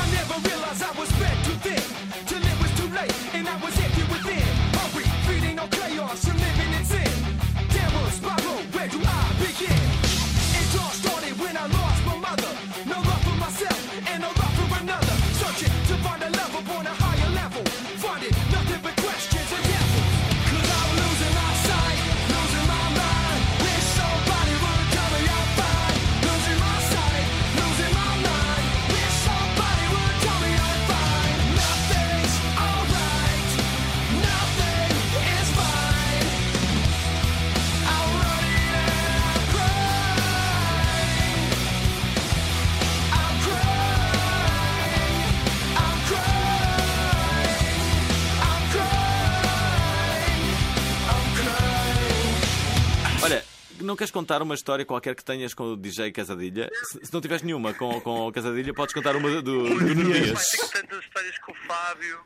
[SPEAKER 6] I never realized I was fed too thin till it was too late and I was empty within. Hungry, feeding on chaos and living in sin. Terror spiral, where do I begin? It all started when I lost my mother. No love for myself and no love for another. Searching to find a love upon a higher level. Finding nothing but questions and devils. Cause I'm losing my sight, losing my mind. Wish somebody would tell me I'm fine. Losing my sight, losing my mind. Wish somebody would tell me I'm fine. Nothing's alright. Nothing is fine. I'm running and I cry. I'm crying. I'm crying. I'm crying. I'm crying.
[SPEAKER 1] Olha, não queres contar uma história qualquer que tenhas com o DJ Casadilha? Se, se não tiveres nenhuma com, com o Casadilha, podes contar uma do, do Nuno
[SPEAKER 7] Pai,
[SPEAKER 1] Dias.
[SPEAKER 7] tenho tantas histórias com o Fábio.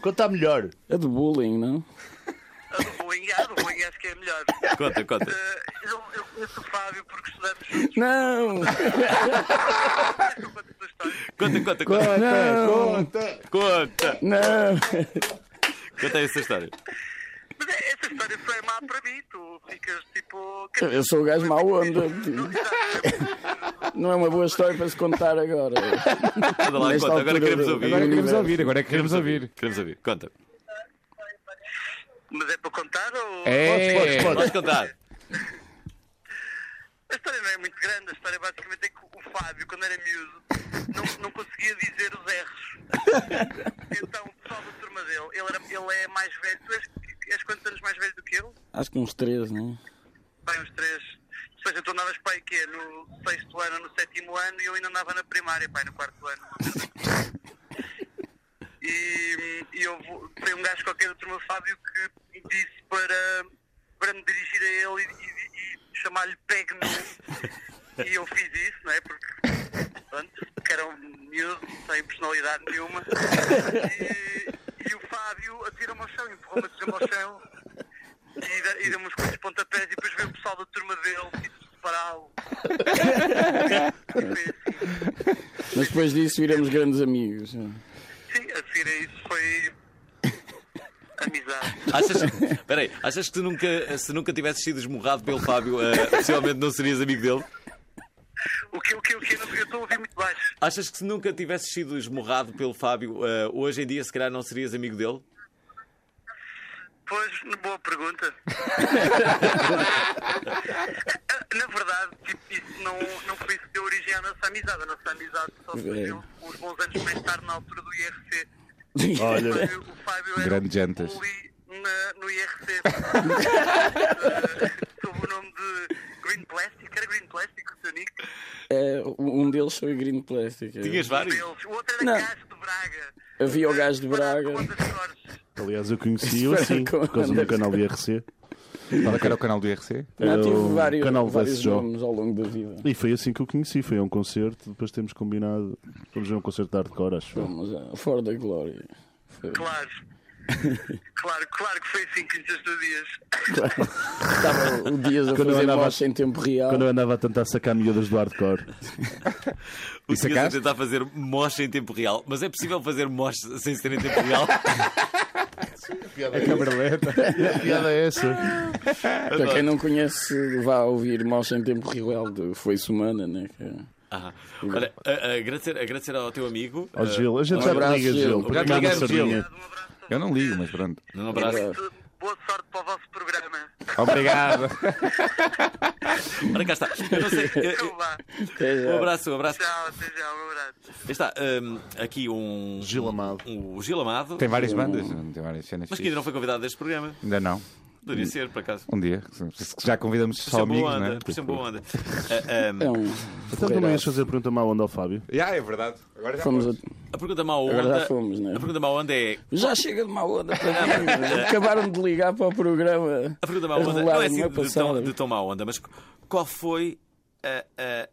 [SPEAKER 3] Conta melhor.
[SPEAKER 5] É de bullying, não?
[SPEAKER 7] A do Boeing, a do Boeing acho que é a melhor.
[SPEAKER 1] Conta, conta.
[SPEAKER 7] Eh, eu, eu conheço o Fábio porque estudamos juntos.
[SPEAKER 5] Não!
[SPEAKER 7] Eu conto essa história.
[SPEAKER 1] Conta, conta, conta.
[SPEAKER 5] Não!
[SPEAKER 1] Conta,
[SPEAKER 5] Não!
[SPEAKER 1] conta essa história.
[SPEAKER 7] Mas é- essa história foi má para mim. Tu ficas tipo. quer dizer,
[SPEAKER 5] Eu sou o gajo mau onda.
[SPEAKER 7] não
[SPEAKER 5] tipo.
[SPEAKER 7] estás-
[SPEAKER 5] Não é uma boa história para se contar agora.
[SPEAKER 1] Anda lá,
[SPEAKER 5] Nesta
[SPEAKER 1] conta. Agora
[SPEAKER 5] altura
[SPEAKER 1] queremos
[SPEAKER 5] do-
[SPEAKER 1] ouvir.
[SPEAKER 2] Agora queremos
[SPEAKER 5] Universo.
[SPEAKER 2] ouvir, agora queremos ouvir.
[SPEAKER 1] Queremos ouvir. Conta.
[SPEAKER 7] Mas é para contar ou.
[SPEAKER 2] É.
[SPEAKER 1] Podes contar.
[SPEAKER 7] A história não é muito grande, a história basicamente é que o Fábio, quando era miúdo, não, não conseguia dizer os R's. Então o pessoal da turma dele, ele, era, ele é mais velho, tu és, és quantos anos mais velho do que ele?
[SPEAKER 5] Acho que uns três, não é?
[SPEAKER 7] Bem, uns três. Ou seja, tu andavas pai quê? No sexto ano, no sétimo ano e eu ainda andava na primária, pai, no quarto ano. E, e eu vou- foi um gajo qualquer do turma Fábio que me disse para, para me dirigir a ele e, e- e chamar-lhe Peg nu. E eu fiz isso, não é? Porque, pronto, que era um miúdo, sem personalidade nenhuma. E, e o Fábio atira-me ao chão, empurrou-me atira-me ao chão e, dá- e deu-me uns quantos pontapés e depois veio o pessoal da turma dele e separá-lo. E foi assim.
[SPEAKER 5] Mas depois disso viramos grandes amigos.
[SPEAKER 7] Sim, a seguir a isso foi amizade.
[SPEAKER 1] Achas, peraí, achas que tu nunca, se nunca tivesses sido esmurrado pelo Fábio, eh, possivelmente não serias amigo dele?
[SPEAKER 7] O que, o que, o que, eu não- eu estou a ouvir muito baixo.
[SPEAKER 1] Achas que se nunca tivesses sido esmurrado pelo Fábio, eh, hoje em dia se calhar não serias amigo dele?
[SPEAKER 7] Pois, boa pergunta. Na verdade, tipo, isso não, não foi isso que deu origem à nossa amizade. A nossa amizade só surgiu uns bons anos mais tarde, na altura do IRC. O
[SPEAKER 3] Olha,
[SPEAKER 7] Fábio, o Fábio era
[SPEAKER 2] Grande
[SPEAKER 7] um
[SPEAKER 2] jantas.
[SPEAKER 7] bully na- no IRC. Eh, Sob o nome de Green Plastic. Era Green Plastic o seu nick?
[SPEAKER 5] É, um deles foi Green Plastic. é.
[SPEAKER 1] Tinhas
[SPEAKER 7] Um
[SPEAKER 1] vários?
[SPEAKER 7] deles. O outro era
[SPEAKER 5] Não.
[SPEAKER 7] Gajo de Braga.
[SPEAKER 5] Havia o gajo de Braga.
[SPEAKER 7] Uma das cores.
[SPEAKER 3] aliás, eu conheci-o assim, por causa do canal IRC.
[SPEAKER 2] Qual é que era o canal do IRC?
[SPEAKER 5] Já tive
[SPEAKER 3] É o
[SPEAKER 5] vários,
[SPEAKER 3] canal
[SPEAKER 5] vários
[SPEAKER 3] versus Joe.
[SPEAKER 5] nomes ao longo da vida.
[SPEAKER 3] E foi assim que eu conheci, foi a um concerto, depois temos combinado, vamos ver um concerto de hardcore, acho. eu.
[SPEAKER 5] Vamos a Fora da Glória. Foi-
[SPEAKER 7] Claro. Claro, claro que foi assim que conheceste o Dias.
[SPEAKER 5] Estava o Dias a
[SPEAKER 3] Quando eu
[SPEAKER 5] fazer
[SPEAKER 3] andava-
[SPEAKER 5] mocha em tempo real.
[SPEAKER 3] Quando eu andava a tentar sacar miúdas do hardcore.
[SPEAKER 1] O
[SPEAKER 2] E
[SPEAKER 1] Tigas a
[SPEAKER 2] sacaste?
[SPEAKER 1] tentar fazer mocha em tempo real. Mas é possível fazer mocha sem ser em tempo real?
[SPEAKER 3] A piada é essa.
[SPEAKER 5] Para quem não conhece, vá ouvir mocha em tempo real. de Foi-se humana, né? Que-
[SPEAKER 1] Ah, olha, a- a- agradecer, agradecer ao teu amigo. eh,
[SPEAKER 3] Ó Gil, a gente
[SPEAKER 5] Um
[SPEAKER 3] já
[SPEAKER 5] abraço,
[SPEAKER 3] te liga,
[SPEAKER 5] Gil.
[SPEAKER 3] Gil. para
[SPEAKER 1] Obrigado,
[SPEAKER 3] tomar uma
[SPEAKER 1] obrigado, Gil.
[SPEAKER 3] sardinha.
[SPEAKER 7] Um abraço.
[SPEAKER 2] Eu não ligo, mas pronto.
[SPEAKER 1] eh, um abraço.
[SPEAKER 7] Boa sorte para o vosso programa.
[SPEAKER 2] Obrigado.
[SPEAKER 1] Ora, cá está. Eu não sei. eu-
[SPEAKER 7] Então
[SPEAKER 1] eu-
[SPEAKER 7] vá.
[SPEAKER 5] Até já.
[SPEAKER 1] um abraço, um abraço.
[SPEAKER 7] Tchau, até já. Um abraço.
[SPEAKER 1] Aí Está hum, aqui um.
[SPEAKER 3] Gil Amado.
[SPEAKER 1] O Gil Amado.
[SPEAKER 2] Tem várias bandas, tem várias cenas.
[SPEAKER 1] Mas que
[SPEAKER 2] fixes.
[SPEAKER 1] ainda não foi convidado deste programa.
[SPEAKER 2] Ainda não.
[SPEAKER 1] Deveria ser, por acaso.
[SPEAKER 2] Um dia. Se- se Já convidamos
[SPEAKER 1] Por
[SPEAKER 2] só
[SPEAKER 1] ser boa
[SPEAKER 2] amigos, não
[SPEAKER 1] onda.
[SPEAKER 2] é?
[SPEAKER 1] Por ser boa onda.
[SPEAKER 5] É
[SPEAKER 1] Ah,
[SPEAKER 5] um
[SPEAKER 3] Então também és fazer pergunta má onda ao Fábio.
[SPEAKER 2] Já, é verdade. Agora já
[SPEAKER 5] Fomos a...
[SPEAKER 1] ah, A pergunta má
[SPEAKER 5] Agora
[SPEAKER 1] onda.
[SPEAKER 5] já fomos, né?
[SPEAKER 1] A pergunta má onda é.
[SPEAKER 5] Já chega de má onda para mim. né? Acabaram de ligar para o programa.
[SPEAKER 1] A pergunta má
[SPEAKER 5] A
[SPEAKER 1] onda
[SPEAKER 5] rolar
[SPEAKER 1] não é
[SPEAKER 5] uma
[SPEAKER 1] assim de
[SPEAKER 5] passada.
[SPEAKER 1] tão, de tão má onda, mas qual foi a, a-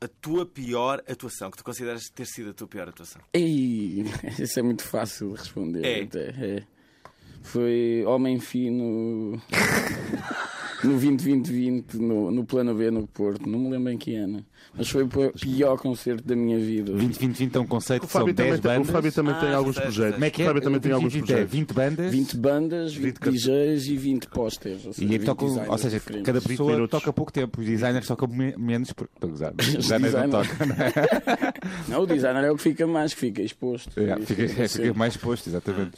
[SPEAKER 1] a tua pior atuação, que tu consideras ter sido a tua pior atuação?
[SPEAKER 5] Ei, isso é muito fácil de responder.
[SPEAKER 1] É.
[SPEAKER 5] até, é. Foi Homem Fino no 2020-2020, no, no Plano B no Porto. Não me lembro em que ano. Mas foi o pior concerto da minha vida.
[SPEAKER 2] 20, 20, 20 é um conceito
[SPEAKER 3] O
[SPEAKER 2] que são
[SPEAKER 3] Fábio
[SPEAKER 2] 10
[SPEAKER 3] também, tem- o
[SPEAKER 2] bandas.
[SPEAKER 3] Fábio também
[SPEAKER 1] Ah,
[SPEAKER 3] tem
[SPEAKER 1] já
[SPEAKER 3] alguns
[SPEAKER 1] sei, já
[SPEAKER 3] projetos.
[SPEAKER 1] sei.
[SPEAKER 2] Como é que
[SPEAKER 3] O
[SPEAKER 2] é?
[SPEAKER 3] Fábio também tem
[SPEAKER 2] 20,
[SPEAKER 3] alguns
[SPEAKER 2] 20 é
[SPEAKER 3] projetos.
[SPEAKER 2] 20 bandas
[SPEAKER 5] 20 bandas, 20 DJs e 20 posters. Ou seja,
[SPEAKER 2] e é
[SPEAKER 5] 20
[SPEAKER 2] tocam, ou
[SPEAKER 5] designers
[SPEAKER 2] seja,
[SPEAKER 5] diferentes.
[SPEAKER 2] cada
[SPEAKER 3] 20
[SPEAKER 2] pessoa
[SPEAKER 3] minutos.
[SPEAKER 2] toca pouco tempo. Os designers tocam me- menos por- para gozar. Os designers não
[SPEAKER 5] designers.
[SPEAKER 2] tocam. não é?
[SPEAKER 5] Não, o designer é o que fica mais, que fica exposto.
[SPEAKER 2] é? É,
[SPEAKER 5] Isso
[SPEAKER 2] fica,
[SPEAKER 5] tem que
[SPEAKER 2] é,
[SPEAKER 5] ser.
[SPEAKER 2] fica mais exposto, exatamente.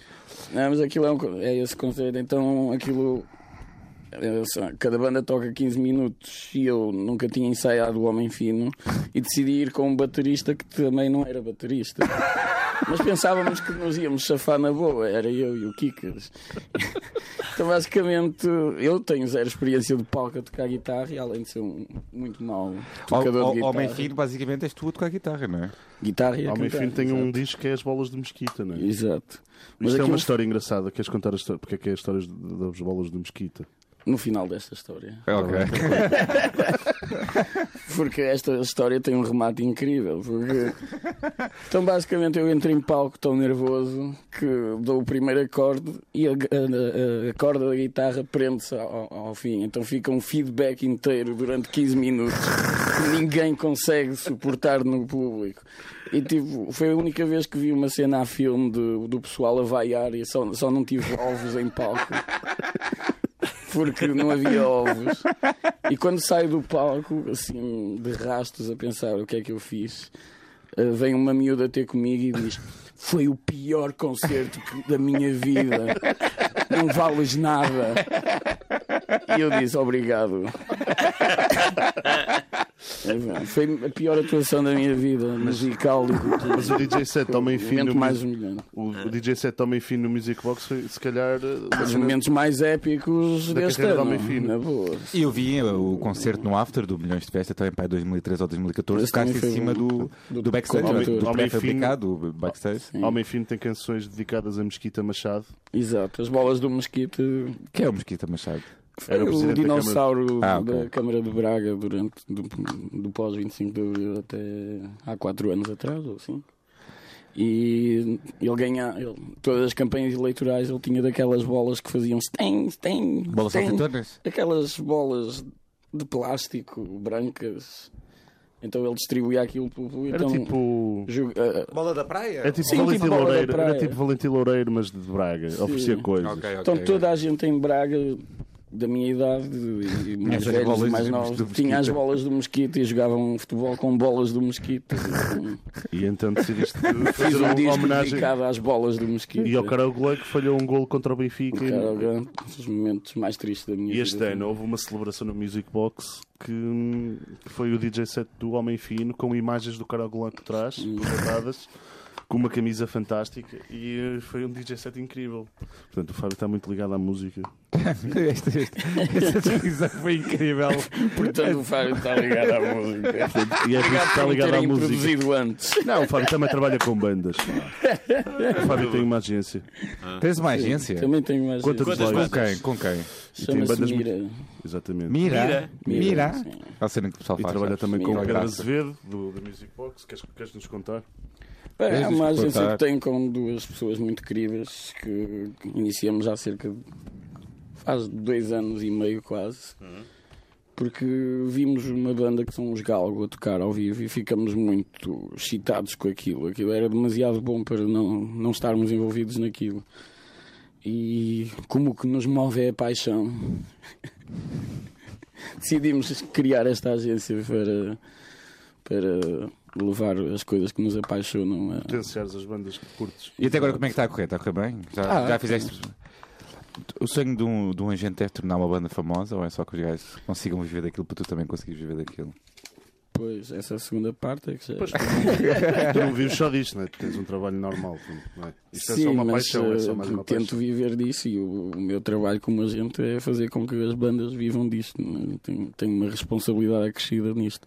[SPEAKER 3] Ah,
[SPEAKER 5] Não, mas aquilo é, um con- é esse conceito. Então aquilo. é só- Cada banda toca 15 minutos e eu nunca tinha ensaiado o Homem Fino e decidi ir com um baterista que também não era baterista. Mas pensávamos que nos íamos safar na boa, era eu e o Kikas. Então basicamente eu tenho zero experiência de palco a tocar guitarra e além de ser um muito mau tocador
[SPEAKER 2] O-
[SPEAKER 5] de
[SPEAKER 2] o-
[SPEAKER 5] guitarra.
[SPEAKER 2] Homem fino, basicamente, és tu a tocar guitarra, não é?
[SPEAKER 5] Guitarra e a
[SPEAKER 3] Ao meu
[SPEAKER 5] cantar,
[SPEAKER 3] filho tem
[SPEAKER 5] exato.
[SPEAKER 3] um disco que é as bolas de mesquita, não é? Isto
[SPEAKER 5] Exato. Mas
[SPEAKER 3] é
[SPEAKER 5] um aquilo
[SPEAKER 3] uma história engraçada. Queres contar a história? Porque é que é a história de- das bolas de mesquita?
[SPEAKER 5] no final desta história.
[SPEAKER 3] Ah,
[SPEAKER 2] Ok.
[SPEAKER 5] Porque esta história tem um remate incrível. Porque... Então, basicamente, eu entro em palco tão nervoso que dou o primeiro acorde e a, a- a- a corda da guitarra prende-se ao, ao fim. Então fica um feedback inteiro durante 15 minutos que ninguém consegue suportar no público. E tipo, foi a única vez que vi uma cena a filme de- do pessoal a vaiar e só, só não tive ovos em palco. Porque não havia ovos. E quando saio do palco, assim, de rastos a pensar o que é que eu fiz, eh, vem uma miúda ter comigo e diz: Foi o pior concerto que- da minha vida. Não vales nada. E eu disse: Obrigado. É Foi a pior atuação da minha vida, musical e cultural.
[SPEAKER 3] Mas o DJ set também
[SPEAKER 5] O
[SPEAKER 3] fino.
[SPEAKER 5] momento
[SPEAKER 3] no-
[SPEAKER 5] mais humilhante.
[SPEAKER 3] O, o DJ set também fino no Music Box foi, se calhar, eh, uma
[SPEAKER 5] Os
[SPEAKER 3] cena-
[SPEAKER 5] momentos mais épicos
[SPEAKER 3] Da
[SPEAKER 5] deste
[SPEAKER 3] carreira do
[SPEAKER 5] ano.
[SPEAKER 3] Homem Fino.
[SPEAKER 5] Na boa.
[SPEAKER 2] E eu vi uh, o concerto no After do Milhões de Festa, também para 2013 ou 2014,
[SPEAKER 5] Esse também
[SPEAKER 2] tocaste em
[SPEAKER 5] foi
[SPEAKER 2] cima do,
[SPEAKER 5] bom.
[SPEAKER 2] do, backstage,
[SPEAKER 5] Homem-
[SPEAKER 2] do, do
[SPEAKER 3] um Homem Fino. Ah,
[SPEAKER 2] pré-fabricado, do backstage,
[SPEAKER 3] Homem Fino tem canções dedicadas a Mesquita Machado.
[SPEAKER 5] Exato. As bolas do mosquito.
[SPEAKER 2] que é o Mosquita Machado.
[SPEAKER 5] Foi
[SPEAKER 3] Era o
[SPEAKER 5] o
[SPEAKER 3] presidente da
[SPEAKER 5] dinossauro
[SPEAKER 2] Câmara. Ah, ok.
[SPEAKER 5] da Câmara de Braga durante do, do pós 25 de abril até há 4 anos atrás, ou assim. E ele ganha ele- todas as campanhas eleitorais, ele tinha daquelas bolas que faziam stem, stem,
[SPEAKER 2] Bolas
[SPEAKER 5] stem.
[SPEAKER 2] saltitonas?
[SPEAKER 5] aquelas bolas de plástico brancas. Então ele distribuía aquilo pelo público.
[SPEAKER 3] Era
[SPEAKER 5] então,
[SPEAKER 3] tipo.
[SPEAKER 5] ju- ah,
[SPEAKER 1] Bola da praia?
[SPEAKER 3] É tipo
[SPEAKER 5] Sim,
[SPEAKER 3] Valentim
[SPEAKER 5] tipo bola da
[SPEAKER 3] Loureiro, era
[SPEAKER 5] praia.
[SPEAKER 3] tipo Valentim Loureiro, mas de Braga. Oferecia coisas.
[SPEAKER 5] Então toda a gente em Braga da minha idade e- e mais
[SPEAKER 2] Essas
[SPEAKER 5] velhos
[SPEAKER 2] bolas
[SPEAKER 5] e mais
[SPEAKER 2] do
[SPEAKER 5] novos
[SPEAKER 2] mosquito.
[SPEAKER 5] tinha as bolas do mosquito e jogavam futebol com bolas do mosquito.
[SPEAKER 3] E então decidiste
[SPEAKER 5] Fiz
[SPEAKER 3] fazer
[SPEAKER 5] um
[SPEAKER 3] uma
[SPEAKER 5] disco
[SPEAKER 3] homenagem.
[SPEAKER 5] dedicado às bolas do mosquito.
[SPEAKER 3] E ao Carol que falhou um golo contra o Benfica.
[SPEAKER 5] Cara, era um dos momentos mais tristes da minha
[SPEAKER 3] E
[SPEAKER 5] vida.
[SPEAKER 3] este ano houve uma celebração no Music Box que hum, foi o DJ set do Homem Fino com imagens do Carol Blanc atrás,
[SPEAKER 2] Hum.
[SPEAKER 3] projetadas, com uma camisa fantástica e eh, foi um DJ set incrível. Portanto, o Fábio está muito ligado à música.
[SPEAKER 2] Este- este- Esta descrição foi incrível.
[SPEAKER 5] Portanto, o Fábio está ligado à música.
[SPEAKER 3] E é por isso que está
[SPEAKER 5] Por me
[SPEAKER 3] ligado à
[SPEAKER 5] terem
[SPEAKER 3] música.
[SPEAKER 5] introduzido antes.
[SPEAKER 3] Não, o Fábio também trabalha com bandas. O Fábio tem uma agência.
[SPEAKER 2] Tens uma agência?
[SPEAKER 5] Também tenho mais.
[SPEAKER 3] Quantas
[SPEAKER 1] Quantas
[SPEAKER 3] vozes?
[SPEAKER 2] Com quem? Com quem?
[SPEAKER 5] Chama-se
[SPEAKER 3] bandas
[SPEAKER 5] Mira.
[SPEAKER 3] Exatamente.
[SPEAKER 2] Mira? Mira?
[SPEAKER 5] Mira, sim.
[SPEAKER 2] É o cena que o pessoal
[SPEAKER 3] E
[SPEAKER 2] faz.
[SPEAKER 3] trabalha
[SPEAKER 2] sabes?
[SPEAKER 3] também com o
[SPEAKER 5] Mira.
[SPEAKER 3] Pedro
[SPEAKER 2] Graça.
[SPEAKER 3] Azevedo, do, do Music Box. Queres, queres nos contar?
[SPEAKER 5] É
[SPEAKER 2] Tens de
[SPEAKER 5] uma agência
[SPEAKER 2] explotar.
[SPEAKER 5] que tem com duas pessoas muito queridas que que iniciamos há cerca de faz dois anos e meio quase. Porque vimos uma banda que são os Galgo a tocar ao vivo e ficamos muito excitados com aquilo. Aquilo era demasiado bom para não, não estarmos envolvidos naquilo. E como o que nos move é a paixão, decidimos criar esta agência para, para levar as coisas que nos apaixonam a,
[SPEAKER 3] Potenciares as bandas que curtes.
[SPEAKER 2] E até agora como é que está a correr? Está a correr bem? Já,
[SPEAKER 5] Ah,
[SPEAKER 2] já fizeste. O sonho de um, de um agente é tornar uma banda famosa ou é só que os gajos consigam viver daquilo para tu também conseguires viver daquilo?
[SPEAKER 5] Pois, essa segunda parte é que já...
[SPEAKER 3] Tu não vives só disto, não é? Tu tens um trabalho normal. tu- Não é? Isto é só uma paixão, é só mais
[SPEAKER 5] eh,
[SPEAKER 3] uma
[SPEAKER 5] tento
[SPEAKER 3] paixão.
[SPEAKER 5] viver disso e o, o meu trabalho como agente é fazer com que as bandas vivam disto. né? Eu Tenho, tenho uma responsabilidade acrescida nisto,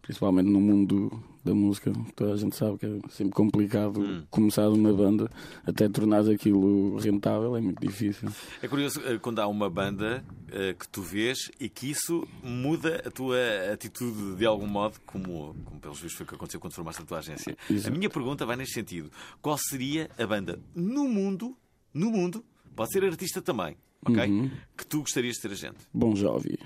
[SPEAKER 5] principalmente no mundo da música. Toda a gente sabe que é sempre complicado
[SPEAKER 3] Hum.
[SPEAKER 5] começar uma banda até tornar aquilo rentável, é muito difícil.
[SPEAKER 1] É curioso eh, quando há uma banda eh, que tu vês e que isso muda a tua atitude de algum modo, como, como pelos vistos foi o que aconteceu quando formaste a tua agência. A minha pergunta vai neste sentido: qual seria a banda no mundo, no mundo, pode ser artista também, ok? Que tu gostarias de ter agente?
[SPEAKER 5] Bom Jovi.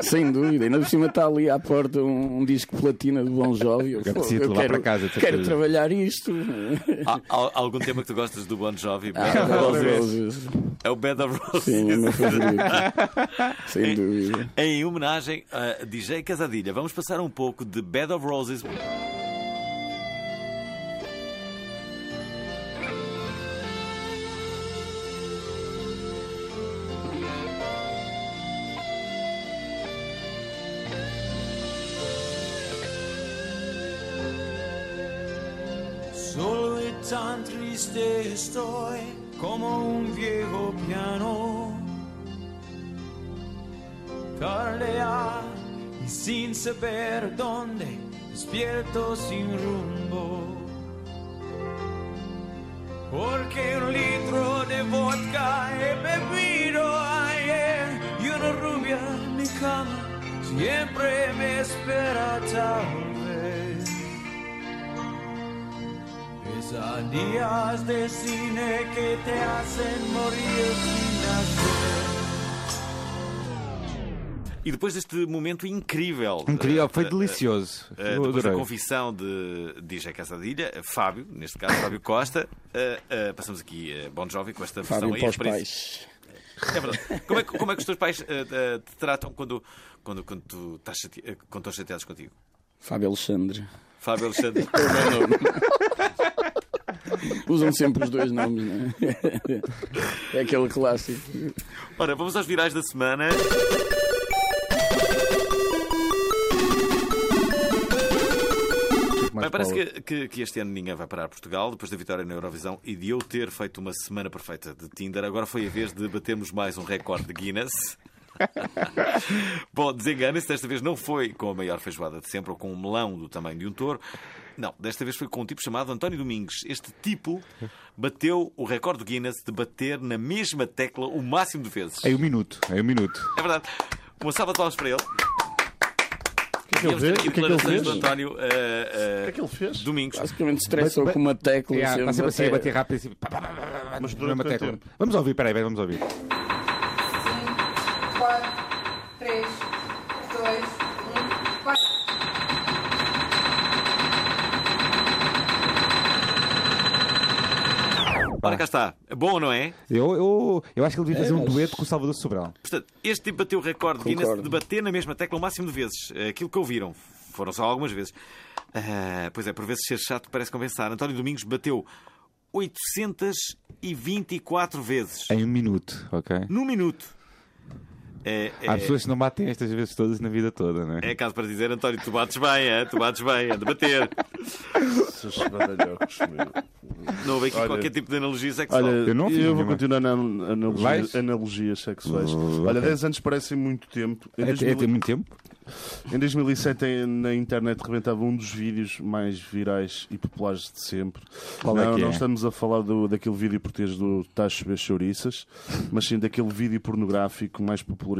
[SPEAKER 5] Sem dúvida, ainda por cima está ali à porta um, um disco platina de Bom Jovi. Eu,
[SPEAKER 2] Já
[SPEAKER 5] fogo,
[SPEAKER 2] preciso
[SPEAKER 5] eu
[SPEAKER 2] levar
[SPEAKER 5] quero,
[SPEAKER 2] para casa, de
[SPEAKER 5] quero
[SPEAKER 2] certeza.
[SPEAKER 5] trabalhar isto. né?
[SPEAKER 1] Há, há algum tema que tu gostas do Bon Jovi?
[SPEAKER 5] Ah,
[SPEAKER 2] Ah,
[SPEAKER 5] Roses.
[SPEAKER 1] é o Bed of Roses.
[SPEAKER 5] Sim, é o meu favorito. Sem dúvida.
[SPEAKER 1] Em homenagem a DJ Casadilha, vamos passar um pouco de Bed of Roses.
[SPEAKER 6] Solo e tan triste estoy como un viejo piano. Tardear y sin saber dónde, despierto sin rumbo. Porque un litro de vodka he bebido ayer y una rubia en mi cama siempre me espera tal vez. Pesadillas de cine que te hacen morir sin nacer.
[SPEAKER 1] E depois deste momento incrível.
[SPEAKER 2] Incrível,
[SPEAKER 1] eh,
[SPEAKER 2] foi
[SPEAKER 3] É,
[SPEAKER 1] eh,
[SPEAKER 2] delicioso.
[SPEAKER 1] eh,
[SPEAKER 2] Eu
[SPEAKER 1] depois da
[SPEAKER 2] adorei.
[SPEAKER 1] confissão de DJ Casadilha, eh, Fábio, neste caso Fábio Costa, eh, eh, passamos aqui a Bon Jovi com esta versão
[SPEAKER 5] Fábio
[SPEAKER 1] aí.
[SPEAKER 5] para
[SPEAKER 1] a
[SPEAKER 5] os
[SPEAKER 1] experiência-
[SPEAKER 5] pais.
[SPEAKER 1] é verdade. Como é, que- como é que os teus pais eh, eh, te tratam quando, quando, quando, tu estás chate- eh, quando estão chateados contigo?
[SPEAKER 5] Fábio Alexandre.
[SPEAKER 1] Fábio Alexandre.
[SPEAKER 5] É o meu nome. Usam sempre os dois nomes, não é? É aquele clássico.
[SPEAKER 1] Ora, vamos aos virais da semana.
[SPEAKER 3] Mais
[SPEAKER 1] Bem, parece
[SPEAKER 3] Paulo.
[SPEAKER 1] que, que- que este ano ninguém vai parar Portugal, depois da vitória na Eurovisão e de eu ter feito uma semana perfeita de Tinder, agora foi a vez de batermos mais um recorde de Guinness. Bom, desengane-se, desta vez não foi com a maior feijoada de sempre ou com um melão do tamanho de um touro. Não, desta vez foi com um tipo chamado António Domingues. Este tipo bateu o recorde do Guinness de bater na mesma tecla o máximo de vezes.
[SPEAKER 2] É um minuto, é um minuto.
[SPEAKER 1] É verdade. Uma salva de palmas para ele.
[SPEAKER 3] que é que ele
[SPEAKER 1] Temos
[SPEAKER 3] fez?
[SPEAKER 1] aqui
[SPEAKER 3] O que é que ele
[SPEAKER 1] declarações do
[SPEAKER 3] fez?
[SPEAKER 1] António eh, eh,
[SPEAKER 3] O que é que ele fez?
[SPEAKER 1] Domingos.
[SPEAKER 5] Basicamente estressou
[SPEAKER 2] Ba- ba-
[SPEAKER 5] com uma tecla.
[SPEAKER 2] Yeah,
[SPEAKER 5] sempre
[SPEAKER 2] Está sempre assim a
[SPEAKER 5] até-
[SPEAKER 2] bater rápido, assim, pá, pá, pá, pá, pá,
[SPEAKER 3] Mas
[SPEAKER 2] na
[SPEAKER 3] durante
[SPEAKER 2] mesma
[SPEAKER 3] quanto
[SPEAKER 2] tecla.
[SPEAKER 3] tempo?
[SPEAKER 2] Vamos ouvir, peraí, vamos ouvir.
[SPEAKER 8] 4, 3, 2, 1, 4.
[SPEAKER 1] Ora, cá está. Bom, não é?
[SPEAKER 2] Eu, eu, eu acho que ele devia fazer um
[SPEAKER 5] mas-
[SPEAKER 2] dueto com o Salvador Sobral.
[SPEAKER 1] Portanto, este tipo bateu o recorde Guinness
[SPEAKER 5] Concordo.
[SPEAKER 1] de bater na mesma tecla o máximo de vezes. Eh, Aquilo que ouviram. Foram só algumas vezes. Ah, pois é, por vezes ser chato parece compensar. António Domingos bateu 824 vezes.
[SPEAKER 2] Em um minuto, ok?
[SPEAKER 1] Num minuto. É, é,
[SPEAKER 2] Há pessoas que não batem estas vezes todas na vida toda, não é?
[SPEAKER 1] é caso para dizer, António, tu bates bem, é? tu bates bem, é de bater.
[SPEAKER 3] Esses badalhocos, meu.
[SPEAKER 1] Não houve aqui
[SPEAKER 3] Olha-
[SPEAKER 1] qualquer tipo de analogia sexual.
[SPEAKER 3] Olha,
[SPEAKER 2] Eu
[SPEAKER 3] eu,
[SPEAKER 2] não fiz
[SPEAKER 3] vou
[SPEAKER 2] nenhuma.
[SPEAKER 3] continuar na an- analogia-
[SPEAKER 2] Vais?
[SPEAKER 3] analogias sexuais.
[SPEAKER 2] Uh,
[SPEAKER 3] Olha,
[SPEAKER 2] ok.
[SPEAKER 3] 10 anos parecem muito tempo. Em,
[SPEAKER 2] É, é,
[SPEAKER 3] 2000
[SPEAKER 2] tem muito tempo?
[SPEAKER 3] em 2007, em- na internet, rebentava um dos vídeos mais virais e populares de sempre.
[SPEAKER 2] Qual é
[SPEAKER 3] não,
[SPEAKER 2] que
[SPEAKER 3] não
[SPEAKER 2] é?
[SPEAKER 3] estamos a falar do, daquele vídeo português do Tacho Beijo Chouriças, mas sim daquele vídeo pornográfico mais popularizado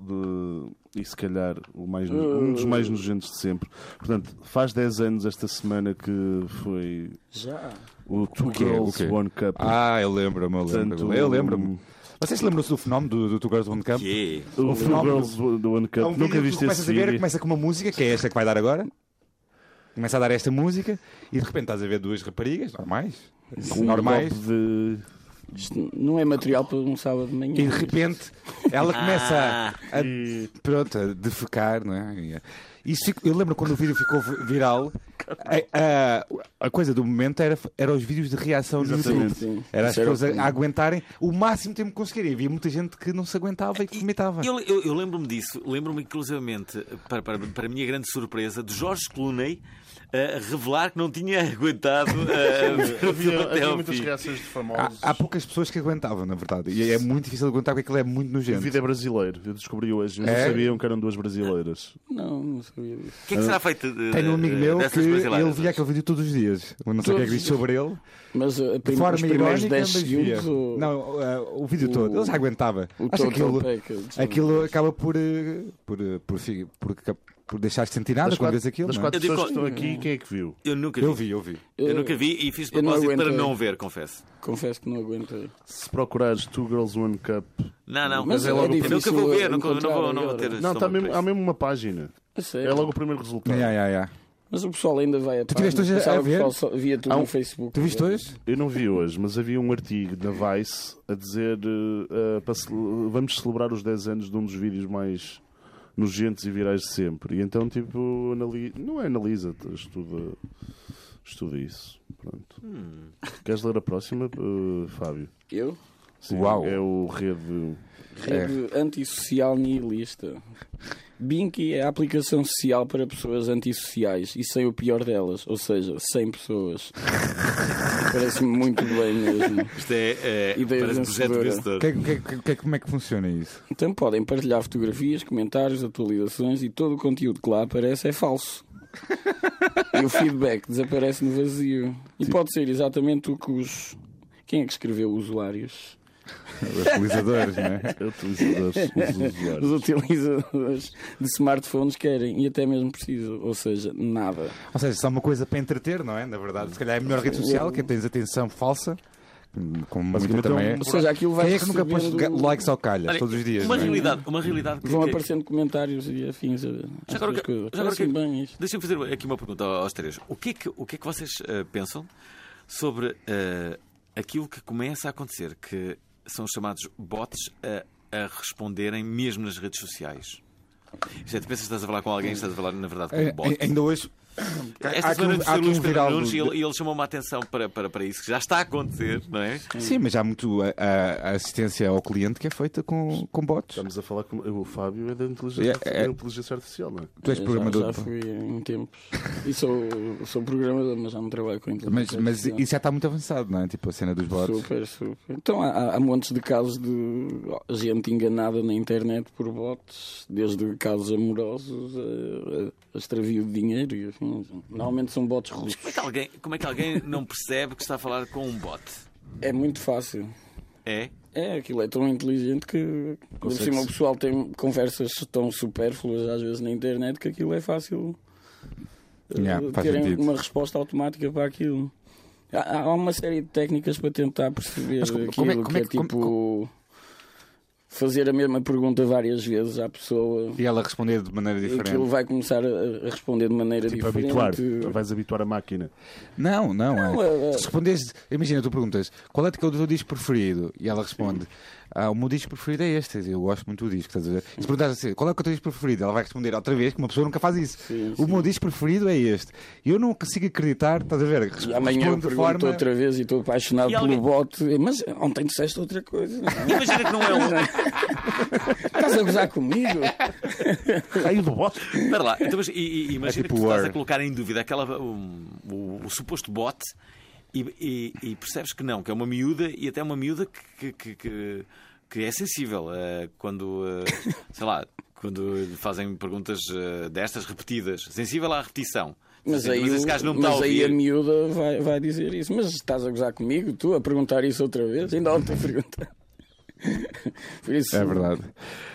[SPEAKER 3] de, e, se calhar, o mais, um dos
[SPEAKER 2] Uh.
[SPEAKER 3] mais nojentos de sempre. Portanto, faz 10 anos esta semana que foi
[SPEAKER 5] Já.
[SPEAKER 3] o Two
[SPEAKER 2] O quê? O
[SPEAKER 3] Girls
[SPEAKER 2] quê?
[SPEAKER 3] One Cup.
[SPEAKER 2] Ah, eu lembro-me, eu
[SPEAKER 3] Portanto,
[SPEAKER 2] lembro-me. Eu lembro-me. Vocês lembram-se do fenómeno do, do Two Girls One Cup?
[SPEAKER 1] Que é?
[SPEAKER 3] O Two
[SPEAKER 2] fenómeno-
[SPEAKER 3] Girls do do One Cup.
[SPEAKER 2] É um
[SPEAKER 3] Nunca
[SPEAKER 2] vídeo que tu
[SPEAKER 3] viste esse
[SPEAKER 2] começas a ver,
[SPEAKER 3] vídeo.
[SPEAKER 2] começa com uma música, que é esta que vai dar agora. Começa a dar esta música e de repente estás a ver duas raparigas normais.
[SPEAKER 3] com um
[SPEAKER 2] normais.
[SPEAKER 3] golpe de...
[SPEAKER 5] Isto não é material para um sábado de manhã.
[SPEAKER 2] E de repente ela começa a- a, pronto, a defecar, não é? E, Isso fico- eu lembro quando o vídeo ficou vi- viral, a, a- a coisa do momento era, era os vídeos de reação no YouTube.
[SPEAKER 3] Exatamente.
[SPEAKER 5] Sim.
[SPEAKER 2] Era as
[SPEAKER 5] Isso era
[SPEAKER 2] pessoas
[SPEAKER 5] o-
[SPEAKER 2] a, a aguentarem o máximo tempo que conseguirem. Havia muita gente que não se aguentava e que vomitava.
[SPEAKER 1] Eu, eu- eu lembro-me disso, lembro-me inclusivamente, para, para, para a minha grande surpresa, de Jorge Clooney eh, revelar que não tinha aguentado eh, ver o filme
[SPEAKER 3] Havia,
[SPEAKER 1] até
[SPEAKER 3] havia
[SPEAKER 1] ao
[SPEAKER 3] muitas
[SPEAKER 1] fim.
[SPEAKER 3] reações de
[SPEAKER 2] Há,
[SPEAKER 3] famosos.
[SPEAKER 2] há poucas pessoas que aguentavam, na verdade. E é muito difícil aguentar porque aquilo é muito
[SPEAKER 3] O
[SPEAKER 2] nojento.
[SPEAKER 3] vídeo é brasileiro. Eu descobri hoje. Não
[SPEAKER 2] É?
[SPEAKER 3] sabiam que eram duas brasileiras.
[SPEAKER 5] Não, não sabia disso.
[SPEAKER 1] O que é que será feito eh,
[SPEAKER 2] Tenho um amigo meu
[SPEAKER 1] dessas
[SPEAKER 2] que
[SPEAKER 1] brasileiras?
[SPEAKER 2] ele via aquele vídeo todos os dias. Eu não sei o que é que diz
[SPEAKER 5] Todos os
[SPEAKER 2] sobre ele.
[SPEAKER 5] Mas a
[SPEAKER 2] De
[SPEAKER 5] prim...
[SPEAKER 2] forma
[SPEAKER 5] os primeiros
[SPEAKER 2] irónica,
[SPEAKER 5] 10
[SPEAKER 2] mas via.
[SPEAKER 5] segundos. o-
[SPEAKER 2] Não, o, eh, o vídeo
[SPEAKER 5] o-
[SPEAKER 2] todo. Ele já aguentava.
[SPEAKER 5] o
[SPEAKER 2] Acho
[SPEAKER 5] total
[SPEAKER 2] que aquilo,
[SPEAKER 5] package,
[SPEAKER 2] aquilo acaba por, eh, por, eh, por, fi- por, ca- por deixar-te sentir nada
[SPEAKER 3] das
[SPEAKER 2] quando vês
[SPEAKER 3] quatro,
[SPEAKER 2] aquilo.
[SPEAKER 3] das
[SPEAKER 2] não é?
[SPEAKER 3] quatro
[SPEAKER 1] Eu digo-
[SPEAKER 3] pessoas que estão aqui, quem é que viu?
[SPEAKER 1] Eu nunca vi.
[SPEAKER 2] Eu vi, eu vi.
[SPEAKER 1] Eu nunca vi e fiz de
[SPEAKER 5] eu não
[SPEAKER 1] propósito para
[SPEAKER 5] aguentei.
[SPEAKER 1] não ver, confesso.
[SPEAKER 5] Confesso que não aguentei.
[SPEAKER 3] Se procurares Two Girls One Cup.
[SPEAKER 1] Não, não,
[SPEAKER 5] Mas
[SPEAKER 1] eu
[SPEAKER 5] é
[SPEAKER 1] nunca-
[SPEAKER 5] logo
[SPEAKER 1] eu nunca vou
[SPEAKER 5] difícil
[SPEAKER 1] ver, nunca, não vou, não vou
[SPEAKER 5] encontrar
[SPEAKER 1] ter
[SPEAKER 5] agora.
[SPEAKER 1] estômago
[SPEAKER 3] Não, tá mesmo,
[SPEAKER 1] para
[SPEAKER 3] há
[SPEAKER 1] isso.
[SPEAKER 3] mesmo uma página.
[SPEAKER 5] A sério.
[SPEAKER 3] É logo o primeiro resultado.
[SPEAKER 2] Yeah, yeah, yeah.
[SPEAKER 5] Mas o pessoal ainda vai a
[SPEAKER 2] Tu tiveste hoje a
[SPEAKER 5] Pensava que
[SPEAKER 2] ver?
[SPEAKER 5] O pessoal só via tudo
[SPEAKER 3] Ah, um-
[SPEAKER 5] no Facebook. né?
[SPEAKER 2] Tu viste hoje?
[SPEAKER 3] Eu não vi hoje, mas havia um artigo da Vice a dizer eh, eh, para ce- vamos celebrar os 10 anos de um dos vídeos mais nojentos e virais de sempre. E então, tipo, anali... não é analisa, estuda, estuda isso. Pronto. Queres ler a próxima, eh, Fábio?
[SPEAKER 5] Eu?
[SPEAKER 3] Sim,
[SPEAKER 2] Uau.
[SPEAKER 3] É o rede.
[SPEAKER 5] Rede antissocial nihilista. Binky é a aplicação social para pessoas antissociais e sem o pior delas, ou seja, 100 pessoas. Parece-me muito bem mesmo.
[SPEAKER 1] Isto é, eh,
[SPEAKER 5] Ideia
[SPEAKER 1] parece um projeto
[SPEAKER 5] vencedora.
[SPEAKER 1] vencedor.
[SPEAKER 2] Que é- que é- que é- que é- como é que funciona isso?
[SPEAKER 5] Então podem partilhar fotografias, comentários, atualizações e todo o conteúdo que lá aparece é falso. E o feedback desaparece no vazio. E pode ser exatamente o que os. Quem é que escreveu usuários?
[SPEAKER 2] Os utilizadores, não é?
[SPEAKER 3] Utilizadores. os usuários.
[SPEAKER 5] Os utilizadores de smartphones querem e até mesmo precisam. Ou seja, nada.
[SPEAKER 2] Ou seja, só uma coisa para entreter, não é? Na verdade, se calhar é a melhor rede social, que tens atenção é falsa. com muita
[SPEAKER 3] Basicamente é
[SPEAKER 2] também.
[SPEAKER 3] um-
[SPEAKER 2] é.
[SPEAKER 5] Ou seja, aquilo vai
[SPEAKER 2] Quem é que nunca pôs ga-
[SPEAKER 5] recebendo-
[SPEAKER 2] likes ao calhas
[SPEAKER 1] Olha,
[SPEAKER 2] todos os dias?
[SPEAKER 1] Uma
[SPEAKER 2] não é?
[SPEAKER 1] realidade, uma realidade que-
[SPEAKER 5] Vão
[SPEAKER 1] que-
[SPEAKER 5] aparecendo comentários e afins. a- às
[SPEAKER 1] agora
[SPEAKER 5] tuas
[SPEAKER 1] que-
[SPEAKER 5] coisas.
[SPEAKER 1] já agora que-
[SPEAKER 5] Parece-me bem isto.
[SPEAKER 1] Deixem-me fazer aqui uma pergunta aos três. O que é que, o que, é que vocês eh, pensam sobre eh, aquilo que começa a acontecer, que são os chamados bots a, a responderem mesmo nas redes sociais? Isto é, tu pensas que estás a falar com alguém, estás a falar, na verdade, com um bot.
[SPEAKER 2] É, Ainda hoje.
[SPEAKER 1] Esta
[SPEAKER 2] há aqui
[SPEAKER 1] semana
[SPEAKER 2] um-
[SPEAKER 1] de
[SPEAKER 2] há aqui um
[SPEAKER 1] Luís Pedro
[SPEAKER 2] viral
[SPEAKER 1] Nunes
[SPEAKER 2] do-
[SPEAKER 1] e ele, e ele chamou-me a atenção para, para, para isso, que já está a acontecer, não é?
[SPEAKER 2] Sim, mas há muito a, a- a assistência ao cliente que é feita com, com bots.
[SPEAKER 3] Estamos a falar com. O Fábio é da inteligência,
[SPEAKER 2] Yeah, é-
[SPEAKER 3] da inteligência artificial, não é?
[SPEAKER 2] Tu és
[SPEAKER 5] Já-
[SPEAKER 2] programador.
[SPEAKER 5] Já fui em tempos. E sou, sou programador, mas já não trabalho com
[SPEAKER 2] Mas,
[SPEAKER 5] inteligência
[SPEAKER 2] mas
[SPEAKER 5] artificial.
[SPEAKER 2] isso já está muito avançado, não é? Tipo a cena dos bots.
[SPEAKER 5] Super, super. Então há, há montes de casos de gente enganada na internet por bots, desde casos amorosos a, a- a extravio de dinheiro e afins. Normalmente são bots russos.
[SPEAKER 1] Como é que alguém, como é que alguém não percebe que está a falar com um bot?
[SPEAKER 5] É muito fácil.
[SPEAKER 1] É?
[SPEAKER 5] É, aquilo é tão inteligente que por cima o pessoal tem conversas tão supérfluas às vezes na internet que aquilo é fácil eh,
[SPEAKER 2] Yeah, faz
[SPEAKER 5] terem
[SPEAKER 2] sentido.
[SPEAKER 5] uma resposta automática para aquilo. Há, há uma série de técnicas para tentar perceber
[SPEAKER 2] Mas como-
[SPEAKER 5] aquilo
[SPEAKER 2] como é- como
[SPEAKER 5] que
[SPEAKER 2] é
[SPEAKER 5] é,
[SPEAKER 2] que- como-
[SPEAKER 5] tipo fazer a mesma pergunta várias vezes à pessoa
[SPEAKER 2] E ela responder de maneira
[SPEAKER 5] e aquilo
[SPEAKER 2] É diferente.
[SPEAKER 5] vai começar a, a responder de maneira
[SPEAKER 3] Tipo,
[SPEAKER 5] diferente.
[SPEAKER 3] habituar. Vais habituar a máquina.
[SPEAKER 2] Não, não,
[SPEAKER 5] Não,
[SPEAKER 2] é.
[SPEAKER 5] é-
[SPEAKER 2] Se respondes, imagina, tu perguntas qual é o teu disco preferido? E ela responde: Ah, o meu disco preferido é este. Eu gosto muito do disco, estás a ver? E se perguntas assim, qual é o teu disco preferido? Ela vai responder outra vez, que uma pessoa nunca faz isso.
[SPEAKER 5] Sim,
[SPEAKER 2] o meu disco preferido é este. E eu não consigo acreditar, estás a ver? Res-
[SPEAKER 5] E amanhã eu
[SPEAKER 2] responde de
[SPEAKER 5] pergunto
[SPEAKER 2] forma.
[SPEAKER 5] outra vez e estou apaixonado
[SPEAKER 1] E
[SPEAKER 5] pelo
[SPEAKER 1] alguém-
[SPEAKER 5] bote, mas ontem disseste outra coisa. não é?
[SPEAKER 1] Imagina que não é um.
[SPEAKER 5] Estás a gozar comigo?
[SPEAKER 3] Raio do boss!
[SPEAKER 1] Espera lá, então, mas, e, e, imagina
[SPEAKER 2] tipo
[SPEAKER 1] que tu estás
[SPEAKER 2] Word.
[SPEAKER 1] a colocar em dúvida aquela, um, o, o suposto bot e, e- e percebes que não, que é uma miúda e até uma miúda que, que, que, que é sensível eh, quando, eh, sei lá, quando fazem perguntas eh, destas repetidas, sensível à repetição.
[SPEAKER 5] Mas
[SPEAKER 1] Assim,
[SPEAKER 5] aí,
[SPEAKER 1] mas esse gajo não me está a
[SPEAKER 5] mas aí
[SPEAKER 1] ouvir.
[SPEAKER 5] a miúda vai, vai dizer isso. Mas estás a gozar comigo, tu a perguntar isso outra vez? Ainda ontem pergunta. Por isso,
[SPEAKER 2] É verdade.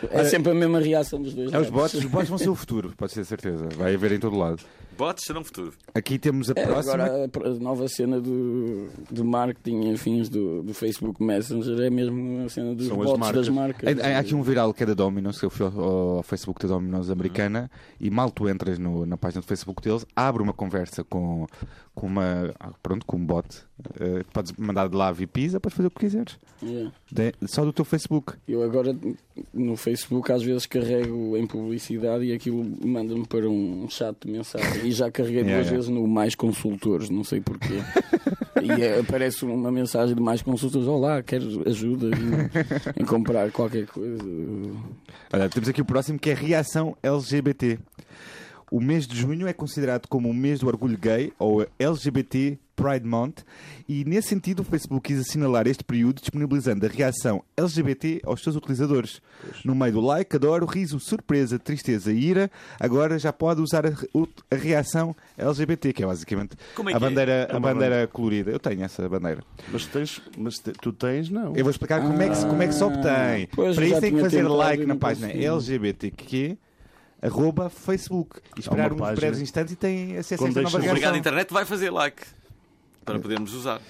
[SPEAKER 5] é sempre a mesma reação dos dois.
[SPEAKER 2] É os
[SPEAKER 5] lados.
[SPEAKER 2] bots, os bots vão ser o futuro, podes ter certeza. Vai haver em todo lado.
[SPEAKER 1] Bots serão futuro.
[SPEAKER 2] Aqui temos a
[SPEAKER 5] É,
[SPEAKER 2] próxima.
[SPEAKER 5] agora a pr- a nova cena do, do marketing e afins do, do Facebook Messenger é mesmo a cena dos
[SPEAKER 3] São as
[SPEAKER 5] bots
[SPEAKER 3] marcas.
[SPEAKER 5] das marcas. eh,
[SPEAKER 2] Há- Há, há aqui um viral que é da Domino's, que eu fui ao, ao Facebook da Domino's americana e mal tu entras no- na página do Facebook deles, abre uma conversa com, com uma. ah, Pronto, com um bot. Eh, podes mandar de lá vir pizza, podes fazer o que quiseres.
[SPEAKER 5] É.
[SPEAKER 2] De- só do teu Facebook.
[SPEAKER 5] Eu agora no Facebook às vezes carrego em publicidade e aquilo manda-me para um chat de mensagem. E já carreguei
[SPEAKER 2] Yeah,
[SPEAKER 5] duas
[SPEAKER 2] yeah.
[SPEAKER 5] vezes no Mais Consultores, não sei porquê. e é, aparece uma mensagem de Mais Consultores: Olá, quero ajuda em, em comprar qualquer coisa.
[SPEAKER 2] Olha, temos aqui o próximo que é reação LGBT. O mês de junho é considerado como o mês do orgulho gay ou LGBT Pride Month e nesse sentido o Facebook quis assinalar este período disponibilizando a reação LGBT aos seus utilizadores. No meio do like, adoro, riso, surpresa, tristeza e ira, agora já pode usar a, re- ut- a reação LGBT, que é basicamente
[SPEAKER 1] Como é
[SPEAKER 2] a
[SPEAKER 1] que é?
[SPEAKER 2] bandeira,
[SPEAKER 3] É
[SPEAKER 2] a
[SPEAKER 3] uma
[SPEAKER 2] bandeira colorida. Eu tenho essa bandeira.
[SPEAKER 3] Mas tens. Mas te- tu tens, não.
[SPEAKER 2] Eu vou explicar como, é que, se- como é que se obtém.
[SPEAKER 5] Ah, Pois,
[SPEAKER 2] Para
[SPEAKER 5] eu
[SPEAKER 2] isso
[SPEAKER 5] já
[SPEAKER 2] tem que
[SPEAKER 5] tinha
[SPEAKER 2] fazer
[SPEAKER 5] tentado
[SPEAKER 2] like
[SPEAKER 5] e
[SPEAKER 2] na
[SPEAKER 5] não
[SPEAKER 2] página
[SPEAKER 5] consegui.
[SPEAKER 2] LGBTQ. Arroba Facebook. E esperar uns
[SPEAKER 3] uma página.
[SPEAKER 2] breves instantes e tem acesso a
[SPEAKER 3] Quando
[SPEAKER 2] esta nova
[SPEAKER 3] deixas-
[SPEAKER 1] Obrigado,
[SPEAKER 2] versão.
[SPEAKER 1] internet, vai fazer like
[SPEAKER 5] É.
[SPEAKER 1] para podermos usar.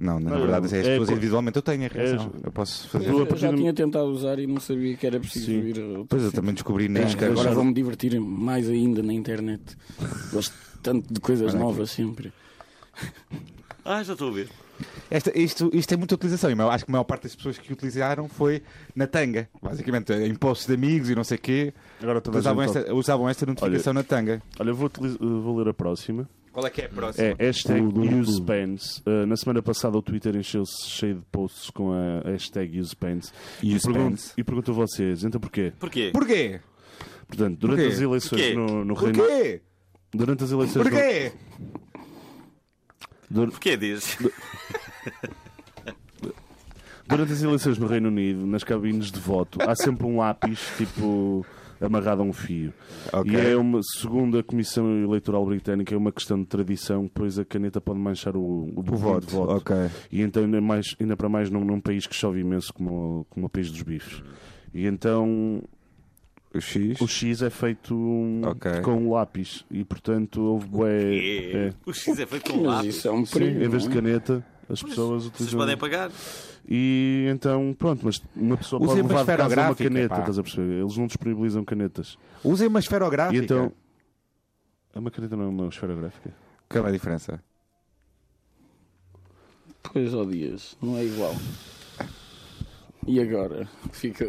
[SPEAKER 2] Não, na
[SPEAKER 3] Não,
[SPEAKER 2] verdade,
[SPEAKER 3] é-
[SPEAKER 2] as pessoas
[SPEAKER 3] é-
[SPEAKER 2] individualmente eu tenho a reação.
[SPEAKER 3] é-
[SPEAKER 2] Eu posso fazer.
[SPEAKER 3] Tu, a
[SPEAKER 5] Eu
[SPEAKER 3] partir
[SPEAKER 5] já
[SPEAKER 3] do-
[SPEAKER 5] tinha tentado usar e não sabia que era preciso
[SPEAKER 3] Sim.
[SPEAKER 5] vir a
[SPEAKER 2] Depois eu também
[SPEAKER 3] É,
[SPEAKER 2] descobri na
[SPEAKER 5] Acho que
[SPEAKER 2] Instagram.
[SPEAKER 5] agora
[SPEAKER 3] Agora-
[SPEAKER 5] vou-me divertir mais ainda na internet. Gosto tanto de coisas novas sempre.
[SPEAKER 1] Ah, já estou a ver.
[SPEAKER 2] Esta, isto, isto tem muita utilização e eu acho que a maior parte das pessoas que utilizaram foi na tanga. Basicamente, em postos de amigos e não sei o quê.
[SPEAKER 3] Agora toda a
[SPEAKER 2] Usavam
[SPEAKER 3] gente-
[SPEAKER 2] esta, usavam esta notificação na tanga.
[SPEAKER 3] Olha, eu vou, utiliz- eu vou ler a próxima.
[SPEAKER 2] Qual é que é a próxima?
[SPEAKER 3] É hashtag UsePens. Uh, na semana passada o Twitter encheu-se cheio de posts com a hashtag UsePens. E,
[SPEAKER 2] Use
[SPEAKER 3] pergun-
[SPEAKER 2] pens.
[SPEAKER 3] e pergunto a vocês, então porquê?
[SPEAKER 1] Porquê?
[SPEAKER 2] Porquê?
[SPEAKER 3] Portanto, durante
[SPEAKER 2] Porquê?
[SPEAKER 3] as eleições
[SPEAKER 1] Porquê?
[SPEAKER 3] no, no Reino Unido.
[SPEAKER 2] Porquê?
[SPEAKER 3] Durante as eleições no,
[SPEAKER 2] Porquê?
[SPEAKER 3] dur-
[SPEAKER 1] Porquê, diz?
[SPEAKER 3] durante as eleições no Reino Unido, nas cabines de voto, há sempre um lápis tipo amarrado a um fio.
[SPEAKER 2] Ok.
[SPEAKER 3] E é uma, segundo a Comissão Eleitoral Britânica, é uma questão de tradição, pois a caneta pode manchar o, o, botão
[SPEAKER 2] voto,
[SPEAKER 3] de voto.
[SPEAKER 2] ok.
[SPEAKER 3] E então, ainda, mais, ainda para mais num, num país que chove imenso como, o- como o país dos bifes. E então
[SPEAKER 2] O X.
[SPEAKER 3] o X é feito um-
[SPEAKER 2] Ok.
[SPEAKER 3] com um lápis. E portanto, houve. bué-
[SPEAKER 1] É.
[SPEAKER 3] é.
[SPEAKER 1] O X é feito com
[SPEAKER 5] Mas
[SPEAKER 1] lápis.
[SPEAKER 5] isso é um
[SPEAKER 3] Sim,
[SPEAKER 5] perigo.
[SPEAKER 3] em vez de
[SPEAKER 5] não é?
[SPEAKER 3] caneta. As pessoas
[SPEAKER 1] Vocês
[SPEAKER 3] utilizam.
[SPEAKER 1] podem pagar.
[SPEAKER 3] E então, pronto, mas uma pessoa
[SPEAKER 2] Usem
[SPEAKER 3] pode
[SPEAKER 2] uma
[SPEAKER 3] levar de casa uma
[SPEAKER 2] esferográfica,
[SPEAKER 3] caneta,
[SPEAKER 2] pá.
[SPEAKER 3] estás a perceber? Eles não disponibilizam canetas.
[SPEAKER 2] Usem uma esferográfica.
[SPEAKER 3] E então. É uma caneta, não é uma esferográfica.
[SPEAKER 2] Qual é a diferença?
[SPEAKER 5] Pois, ó Dias, não é igual. E agora? Fica,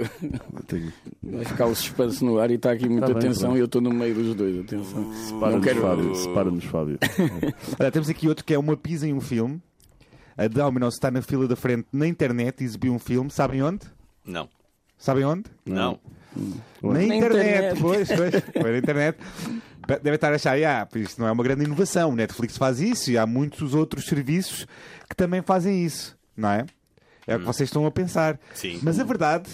[SPEAKER 3] Tenho.
[SPEAKER 5] vai ficar o suspense no ar e está aqui muita
[SPEAKER 3] Tá bem,
[SPEAKER 5] tensão
[SPEAKER 3] pronto.
[SPEAKER 5] e eu estou no meio dos dois, atenção.
[SPEAKER 3] Separa-nos,
[SPEAKER 5] quero-
[SPEAKER 3] Fábio. Separa-nos, Fábio.
[SPEAKER 2] Olha, temos aqui outro que é uma pizza em um filme. A Domino's está na fila da frente na internet e exibiu um filme. Sabem onde?
[SPEAKER 1] Não.
[SPEAKER 2] Sabem onde?
[SPEAKER 1] Não.
[SPEAKER 2] Na,
[SPEAKER 5] Na
[SPEAKER 2] internet.
[SPEAKER 5] internet.
[SPEAKER 2] Pois, pois. Foi na internet. Devem estar a achar, ah, pois isto não é uma grande inovação. O Netflix faz isso e há muitos outros serviços que também fazem isso, não é? É o que vocês estão a pensar.
[SPEAKER 1] Sim.
[SPEAKER 2] Mas a verdade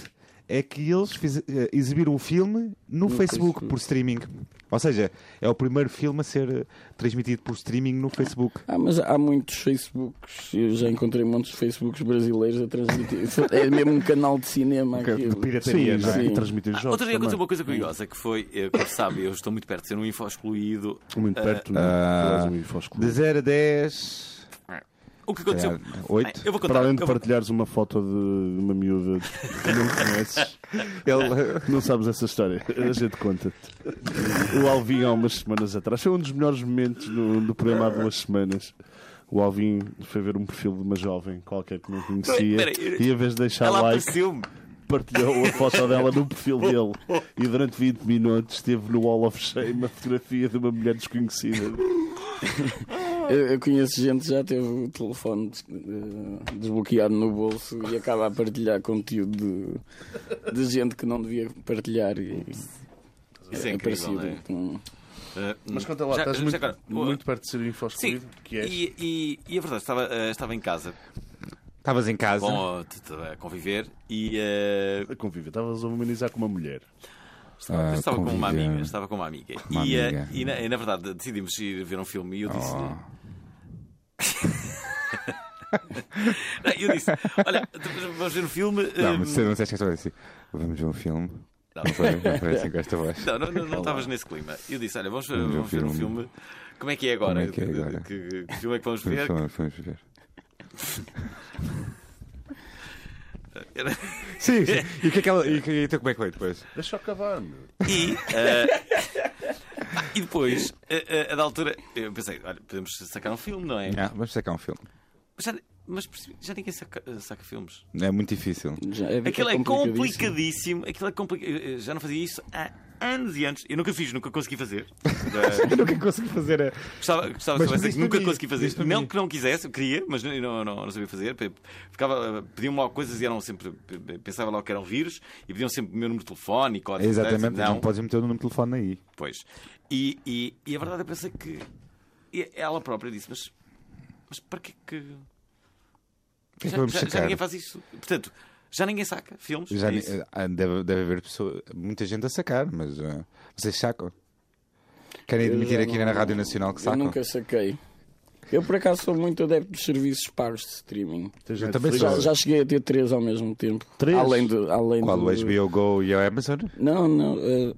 [SPEAKER 2] é que eles fiz- eh, exibiram o filme no, Facebook, por streaming. Ou seja, é o primeiro filme a ser eh, transmitido por streaming no Facebook.
[SPEAKER 5] Ah, mas há muitos Facebooks, eu já encontrei muitos Facebooks brasileiros a transmitir. É mesmo um canal de cinema
[SPEAKER 2] Que-
[SPEAKER 5] aquilo.
[SPEAKER 2] de pirataria,
[SPEAKER 3] Sim,
[SPEAKER 2] não é?
[SPEAKER 3] já
[SPEAKER 5] Sim.
[SPEAKER 3] e transmitir jogos.
[SPEAKER 1] Outro dia
[SPEAKER 3] também.
[SPEAKER 1] Ah, aconteceu uma coisa curiosa que foi, eh, como sabe, eu estou muito perto de ser um info excluído.
[SPEAKER 3] Muito perto, não
[SPEAKER 2] Ah.
[SPEAKER 3] é? Tu és um infosclub.
[SPEAKER 2] De 0 a 10.
[SPEAKER 1] O que aconteceu?
[SPEAKER 2] calhar, oito.
[SPEAKER 1] Bem, Eu vou contar.
[SPEAKER 3] Para além de
[SPEAKER 1] eu vou-
[SPEAKER 3] partilhares uma foto de uma miúda que não conheces,
[SPEAKER 2] Ele.
[SPEAKER 3] não sabes essa história. A gente conta. O Alvin, há umas semanas atrás, foi um dos melhores momentos no, do programa há duas semanas. O Alvin foi ver um perfil de uma jovem qualquer que não conhecia
[SPEAKER 1] Peraí, peraí.
[SPEAKER 3] e, em vez de deixar
[SPEAKER 1] Ela Oh,
[SPEAKER 3] like, É,
[SPEAKER 1] apareceu-me.
[SPEAKER 3] partilhou a foto dela no perfil dele e durante 20 minutos esteve no Wall of Shame a fotografia de uma mulher desconhecida.
[SPEAKER 5] Eu, eu conheço gente que já teve o telefone des- eh, desbloqueado no bolso e acaba a partilhar conteúdo de, de gente que não devia partilhar. E,
[SPEAKER 1] Isso é
[SPEAKER 5] é
[SPEAKER 1] incrível,
[SPEAKER 5] parecido.
[SPEAKER 1] É não é?
[SPEAKER 5] Hum.
[SPEAKER 1] Eh,
[SPEAKER 3] Mas conta lá,
[SPEAKER 1] já-
[SPEAKER 3] estás
[SPEAKER 1] já
[SPEAKER 3] muito,
[SPEAKER 1] agora, o-
[SPEAKER 3] muito perto de ser
[SPEAKER 1] Sim,
[SPEAKER 3] infoscluído, que é és.
[SPEAKER 1] e, e, e a verdade, estava, eh, estava em casa
[SPEAKER 2] Estavas em casa.
[SPEAKER 1] com, a conviver e eh,
[SPEAKER 3] A convívio, estavas a humanizar com uma mulher.
[SPEAKER 1] estava,
[SPEAKER 2] Ah,
[SPEAKER 1] estava com uma
[SPEAKER 2] conviver.
[SPEAKER 1] amiga. Estava com uma amiga.
[SPEAKER 2] uma
[SPEAKER 1] e, eh,
[SPEAKER 2] amiga.
[SPEAKER 1] e na, e na verdade decidimos ir ver um filme e eu disse.
[SPEAKER 3] Oh.
[SPEAKER 1] Não, eu disse: Olha, vamos ver um filme.
[SPEAKER 2] Não,
[SPEAKER 1] eh,
[SPEAKER 2] mas
[SPEAKER 3] é
[SPEAKER 2] você não disseste esta voz assim. Vamos ver um filme.
[SPEAKER 1] Não. Tá
[SPEAKER 2] Não foi, não foi assim com esta voz.
[SPEAKER 1] Não, não, não, não estavas nesse clima. Eu disse: Olha, vamos,
[SPEAKER 2] ver um
[SPEAKER 1] vamos ver um
[SPEAKER 2] filme.
[SPEAKER 1] filme. Como é que é agora?
[SPEAKER 2] Como é que é agora?
[SPEAKER 1] Que, que filme é que vamos ver?
[SPEAKER 2] Vamos, vamos ver.
[SPEAKER 1] Era-
[SPEAKER 2] Sim, sim. E o que é que ela. E, que- e então como é que foi depois?
[SPEAKER 3] Deixa eu acabar, meu.
[SPEAKER 1] E, eh, e depois, eh, eh, a da altura, eu pensei: Olha, podemos sacar um filme, não é?
[SPEAKER 2] Ah, vamos sacar um filme.
[SPEAKER 1] Mas já, mas percebi- já ninguém saca, eh, saca filmes.
[SPEAKER 2] É muito difícil.
[SPEAKER 5] Já, é,
[SPEAKER 1] Aquilo é
[SPEAKER 5] complicadíssimo.
[SPEAKER 1] complicadíssimo. Aquilo é complica- eh, eh, Já não fazia isso há anos e anos. Eu nunca fiz, nunca consegui fazer. Eh,
[SPEAKER 2] Eu
[SPEAKER 5] é
[SPEAKER 2] nunca consegui fazer a.
[SPEAKER 1] gostava gostava
[SPEAKER 2] Mas
[SPEAKER 1] que soubesse que
[SPEAKER 2] diz-me a
[SPEAKER 1] nunca
[SPEAKER 2] mim,
[SPEAKER 1] consegui fazer.
[SPEAKER 2] diz-me a
[SPEAKER 1] Não
[SPEAKER 2] mim.
[SPEAKER 1] que não quisesse, eu queria, mas não, não, não, não sabia fazer. Pe- Ficava, eh, pediam-me lá coisas e eram sempre. pe- pe- Pensava lá que eram vírus e pediam sempre o meu número de telefone e código.
[SPEAKER 2] Exatamente, não,
[SPEAKER 1] Não,
[SPEAKER 2] podes meter o é número de telefone aí.
[SPEAKER 1] Pois. E, e, e a verdade é que pensei que. e Ela própria disse, mas. Mas para que é que.
[SPEAKER 2] O que é que
[SPEAKER 1] já,
[SPEAKER 2] vamos
[SPEAKER 1] já- já
[SPEAKER 2] sacar?
[SPEAKER 1] ninguém faz isso. Portanto, já ninguém saca filmes.
[SPEAKER 2] Já
[SPEAKER 1] é
[SPEAKER 2] ni-
[SPEAKER 1] isso.
[SPEAKER 2] ah, deve, deve haver pessoa, muita gente a sacar, mas ah, vocês sacam. Querem
[SPEAKER 5] Eu
[SPEAKER 2] admitir
[SPEAKER 5] já
[SPEAKER 2] aqui
[SPEAKER 5] não-
[SPEAKER 2] na Rádio Nacional que
[SPEAKER 5] Eu
[SPEAKER 2] sacam?
[SPEAKER 5] nunca saquei. Eu, por acaso, sou muito adepto dos serviços pagos de streaming.
[SPEAKER 3] Tens
[SPEAKER 2] Eu também
[SPEAKER 3] Netflix?
[SPEAKER 5] Já,
[SPEAKER 2] sou.
[SPEAKER 5] já cheguei a ter três ao mesmo tempo.
[SPEAKER 3] Três?
[SPEAKER 5] Além do. Além
[SPEAKER 2] Qual
[SPEAKER 5] do...
[SPEAKER 2] o HBO Go e a Amazon?
[SPEAKER 5] Não, não. eh,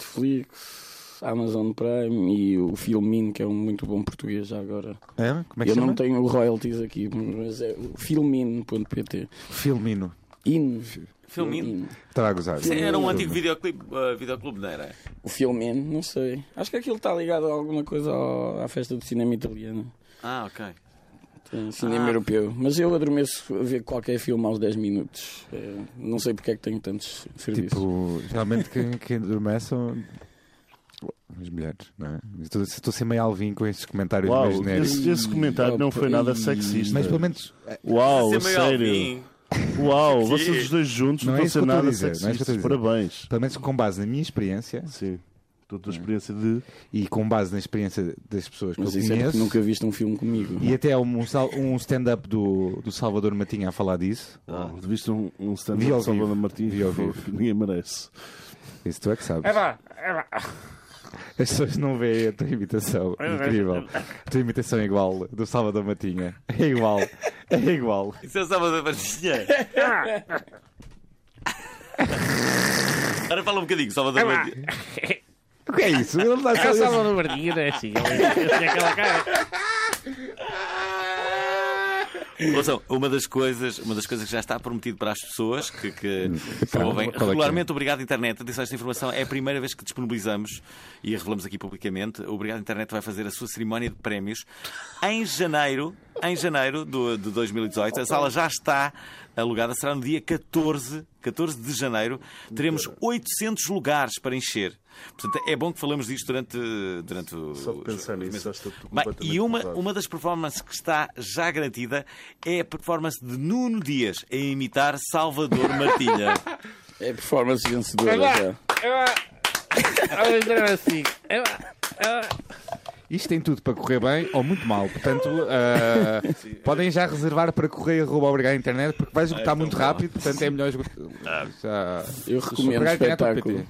[SPEAKER 5] Netflix, Amazon Prime e o Filmin, que é um muito bom português já agora.
[SPEAKER 2] É? Como é que
[SPEAKER 5] Eu
[SPEAKER 2] chama?
[SPEAKER 5] não tenho royalties aqui, mas é o filmin.pt.
[SPEAKER 2] Filmino.
[SPEAKER 5] In.
[SPEAKER 1] Filminho.
[SPEAKER 5] In.
[SPEAKER 2] Estava a gozar.
[SPEAKER 1] Sim, Era um antigo videoclipe, ah, videoclube, não era?
[SPEAKER 5] O Filmin, não sei. Acho que aquilo está ligado a alguma coisa ao- à festa do cinema italiano.
[SPEAKER 1] Ah, ok.
[SPEAKER 5] Tem Cinema
[SPEAKER 1] Ah.
[SPEAKER 5] europeu. Mas eu adormeço a ver qualquer filme aos 10 minutos. Eh, não sei porque é que tenho tantos serviços.
[SPEAKER 2] Tipo, geralmente quem, quem adormece são as mulheres, não é? Estou, estou sem meio alvinho com estes comentários
[SPEAKER 3] Uau,
[SPEAKER 2] mais genéricos.
[SPEAKER 3] esse, esse comentário não foi nada
[SPEAKER 5] é
[SPEAKER 3] sexista.
[SPEAKER 2] Mas pelo menos
[SPEAKER 3] Uau,
[SPEAKER 1] Ser
[SPEAKER 3] a
[SPEAKER 1] meio
[SPEAKER 3] Oh, sério.
[SPEAKER 1] alvinho.
[SPEAKER 3] Uau, vocês os dois juntos não,
[SPEAKER 2] Não é isso que eu estou
[SPEAKER 3] estão a ser
[SPEAKER 2] a
[SPEAKER 3] nada
[SPEAKER 2] dizer, não é isso que eu
[SPEAKER 3] sexistas.
[SPEAKER 2] estou a dizer.
[SPEAKER 3] Parabéns.
[SPEAKER 2] Pelo menos com base na minha experiência
[SPEAKER 3] Sim. Toda a experiência de.
[SPEAKER 2] e com base na experiência das pessoas que
[SPEAKER 5] Mas
[SPEAKER 2] eu
[SPEAKER 5] isso é
[SPEAKER 2] conheço.
[SPEAKER 5] porque nunca viste um filme comigo.
[SPEAKER 2] E até há um, sal- um stand-up do, do Salvador Matinha a falar disso.
[SPEAKER 3] Ah, viste um, um stand-up
[SPEAKER 2] Vi ao
[SPEAKER 3] de Salvador
[SPEAKER 2] vivo.
[SPEAKER 3] Martins
[SPEAKER 2] Vi ao
[SPEAKER 3] que
[SPEAKER 2] vivo.
[SPEAKER 3] ninguém merece.
[SPEAKER 2] Isso tu é que sabes. As pessoas não veem a tua imitação. Incrível. A tua imitação é igual do Salvador Matinha. É igual. É igual.
[SPEAKER 1] Isso é o Salvador Martinha. Agora fala um bocadinho, Salvador Martinha.
[SPEAKER 2] O que é isso? Ele não dá só isso.
[SPEAKER 9] Salvador Martinha, não é assim? Ele ele tinha aquela cara.
[SPEAKER 1] Ouçam, uma das coisas, uma das coisas que já está prometido para as pessoas que, que
[SPEAKER 2] Epá,
[SPEAKER 1] ouvem
[SPEAKER 2] qual é que é?
[SPEAKER 1] regularmente, obrigado internet. Atenção, esta informação é a primeira vez que disponibilizamos e a revelamos aqui publicamente. O Obrigado internet vai fazer a sua cerimónia de prémios em janeiro, em janeiro do, de 2018. A sala já está alugada, será no dia 14, 14 de janeiro. Teremos 800 lugares para encher. Portanto, é bom que falemos disto durante, durante o-
[SPEAKER 3] Só de pensar nisso, já estou
[SPEAKER 1] Bem,
[SPEAKER 3] completamente
[SPEAKER 1] e uma,
[SPEAKER 3] acordado.
[SPEAKER 1] uma das performances que está já garantida é a performance de Nuno Dias a imitar Salvador Martilha.
[SPEAKER 5] É performance vencedora. já.
[SPEAKER 2] Isto tem tudo para correr bem ou muito mal. Portanto, ah, podem já reservar para correr arroba obrigado internet, porque vai
[SPEAKER 1] Ah, então
[SPEAKER 2] esgotar muito rápido, portanto é melhor esgotar. Já...
[SPEAKER 5] Eu recomendo o
[SPEAKER 2] Obrigado, internet,
[SPEAKER 5] espetáculo.
[SPEAKER 2] PT.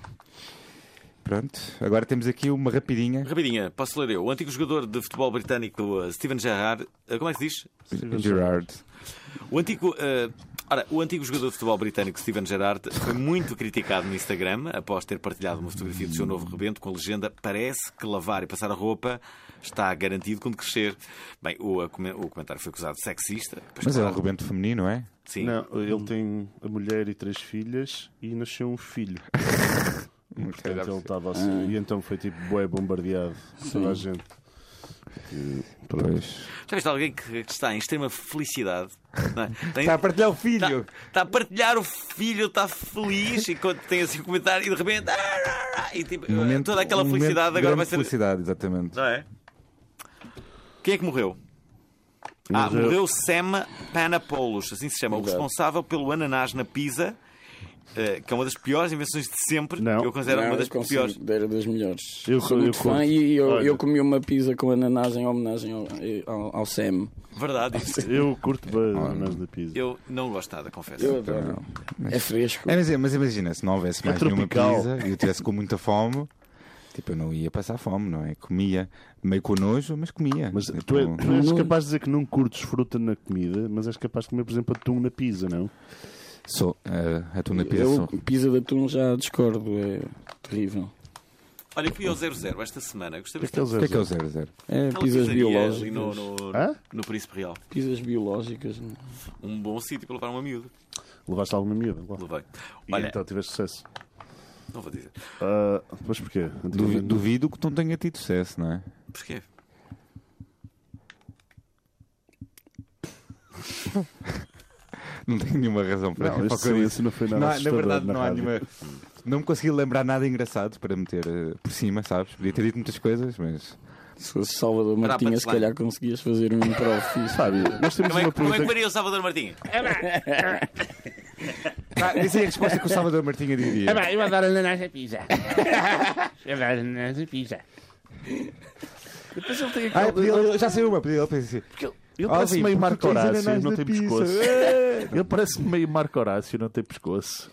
[SPEAKER 2] Pronto, agora temos aqui uma rapidinha.
[SPEAKER 1] Rapidinha, posso ler eu. O antigo jogador de futebol britânico eh, Steven Gerrard, eh, como é que se diz?
[SPEAKER 2] Gerard.
[SPEAKER 1] O antigo. eh, ora, o antigo jogador de futebol britânico Steven Gerrard foi muito criticado no Instagram após ter partilhado uma fotografia do seu novo rebento com a legenda Parece que lavar e passar a roupa está garantido quando crescer. Bem, o, a come- o comentário foi acusado de sexista. Pois
[SPEAKER 2] Mas é um
[SPEAKER 1] claro,
[SPEAKER 2] rebento feminino, é?
[SPEAKER 1] Sim.
[SPEAKER 3] Não, ele tem a mulher e três filhas e nasceu um filho. E, portanto, ele estava a ser- E então foi tipo bué bombardeado toda a gente.
[SPEAKER 2] Pois.
[SPEAKER 1] Já viste alguém que que está em extrema felicidade? não é? Tem-
[SPEAKER 2] Está a partilhar o filho.
[SPEAKER 1] Está, está a partilhar o filho, está feliz e quando tem assim um comentário e de repente. "Ah, ah, ah", E tipo,
[SPEAKER 2] Momento-
[SPEAKER 1] toda aquela
[SPEAKER 2] um
[SPEAKER 1] felicidade
[SPEAKER 2] momento de
[SPEAKER 1] agora
[SPEAKER 2] grande
[SPEAKER 1] vai ser.
[SPEAKER 2] felicidade, exatamente.
[SPEAKER 1] Não é? Quem é que morreu? Ah,
[SPEAKER 3] Morreu-
[SPEAKER 1] morreu Sam Panapoulos, assim se chama, o responsável pelo ananás na pizza, eh, que é uma das piores invenções de sempre.
[SPEAKER 3] Não.
[SPEAKER 1] Eu considero
[SPEAKER 5] Não,
[SPEAKER 1] uma
[SPEAKER 5] eu
[SPEAKER 1] das piores.
[SPEAKER 5] considero das melhores.
[SPEAKER 3] Eu-
[SPEAKER 5] Sou
[SPEAKER 3] eu
[SPEAKER 5] muito fã
[SPEAKER 3] curto.
[SPEAKER 5] e eu,
[SPEAKER 3] Olha.
[SPEAKER 5] eu comi uma pizza com ananás em homenagem ao, eh, ao, ao Sam.
[SPEAKER 2] Ah,
[SPEAKER 1] Verdade, isso.
[SPEAKER 3] Eu curto bem ananás da pizza.
[SPEAKER 1] eu não gosto nada, confesso.
[SPEAKER 5] Eu adoro. É fresco.
[SPEAKER 2] É, mas, mas imagina, se não houvesse mais nenhuma
[SPEAKER 3] É tropical.
[SPEAKER 2] pizza e eu tivesse com muita fome, tipo, eu não ia passar fome, não é? Comia meio com nojo, mas comia.
[SPEAKER 3] Mas
[SPEAKER 2] Tipo,
[SPEAKER 3] tu, é- tu és capaz de dizer que não curtes fruta na comida, mas és capaz de comer, por exemplo, atum na pizza, não?
[SPEAKER 2] Sou eh, a tua na pizza.
[SPEAKER 5] Eu,
[SPEAKER 2] sou.
[SPEAKER 5] pizza de atum, já discordo. É terrível.
[SPEAKER 1] Olha, eu fui ao 00 esta semana, gostei bastante.
[SPEAKER 2] O que é que é o zero zero?
[SPEAKER 5] É
[SPEAKER 1] Aquela
[SPEAKER 5] pizzas
[SPEAKER 1] pizzaria ali
[SPEAKER 5] biológicas.
[SPEAKER 1] No, no,
[SPEAKER 3] Hã?
[SPEAKER 1] no Príncipe Real.
[SPEAKER 5] Pizzas biológicas. não.
[SPEAKER 1] Um bom sítio para levar uma miúda.
[SPEAKER 3] Levaste alguma miúda? lá?
[SPEAKER 1] Levei.
[SPEAKER 3] E
[SPEAKER 1] Olha,
[SPEAKER 3] então tiveste sucesso.
[SPEAKER 1] não vou dizer.
[SPEAKER 3] Ah, mas porquê?
[SPEAKER 2] Duvi-
[SPEAKER 3] Antigamente-
[SPEAKER 2] Duvido que tu não tenha tido sucesso, não é?
[SPEAKER 1] Porquê?
[SPEAKER 2] Não tenho nenhuma razão para
[SPEAKER 3] Não,
[SPEAKER 2] para
[SPEAKER 3] este
[SPEAKER 2] o que eu disse.
[SPEAKER 3] silêncio não foi
[SPEAKER 2] Não,
[SPEAKER 3] nada
[SPEAKER 2] na
[SPEAKER 3] assustador
[SPEAKER 2] verdade,
[SPEAKER 3] na
[SPEAKER 2] não há
[SPEAKER 3] rádio.
[SPEAKER 2] nenhuma. Não me consegui lembrar nada engraçado para meter eh, por cima, sabes? Podia ter dito muitas coisas, mas.
[SPEAKER 5] Se fosse Salvador
[SPEAKER 1] Era a
[SPEAKER 5] Martinha, se
[SPEAKER 1] punchline.
[SPEAKER 5] calhar conseguias fazer um improv fixe.
[SPEAKER 3] Fábio, nós temos
[SPEAKER 1] Como é, que- como é
[SPEAKER 3] uma
[SPEAKER 1] que
[SPEAKER 3] pergunta.
[SPEAKER 1] faria o Salvador Martinha?
[SPEAKER 2] Ah, essa é a resposta que o Salvador Martinha diria.
[SPEAKER 9] Epá, É eu adoro ananás na pizza. Eu adoro ananás na pizza.
[SPEAKER 2] Ah, eu pedi- eu já sei uma, pedi ele assim.
[SPEAKER 3] Ele parece
[SPEAKER 2] Alvin,
[SPEAKER 3] meio
[SPEAKER 2] porque
[SPEAKER 3] Marco
[SPEAKER 2] tens
[SPEAKER 3] Horácio,
[SPEAKER 2] ananás
[SPEAKER 3] não
[SPEAKER 2] na
[SPEAKER 3] tem
[SPEAKER 2] pizza.
[SPEAKER 3] pescoço. Ele parece meio Marco Horácio, não tem pescoço.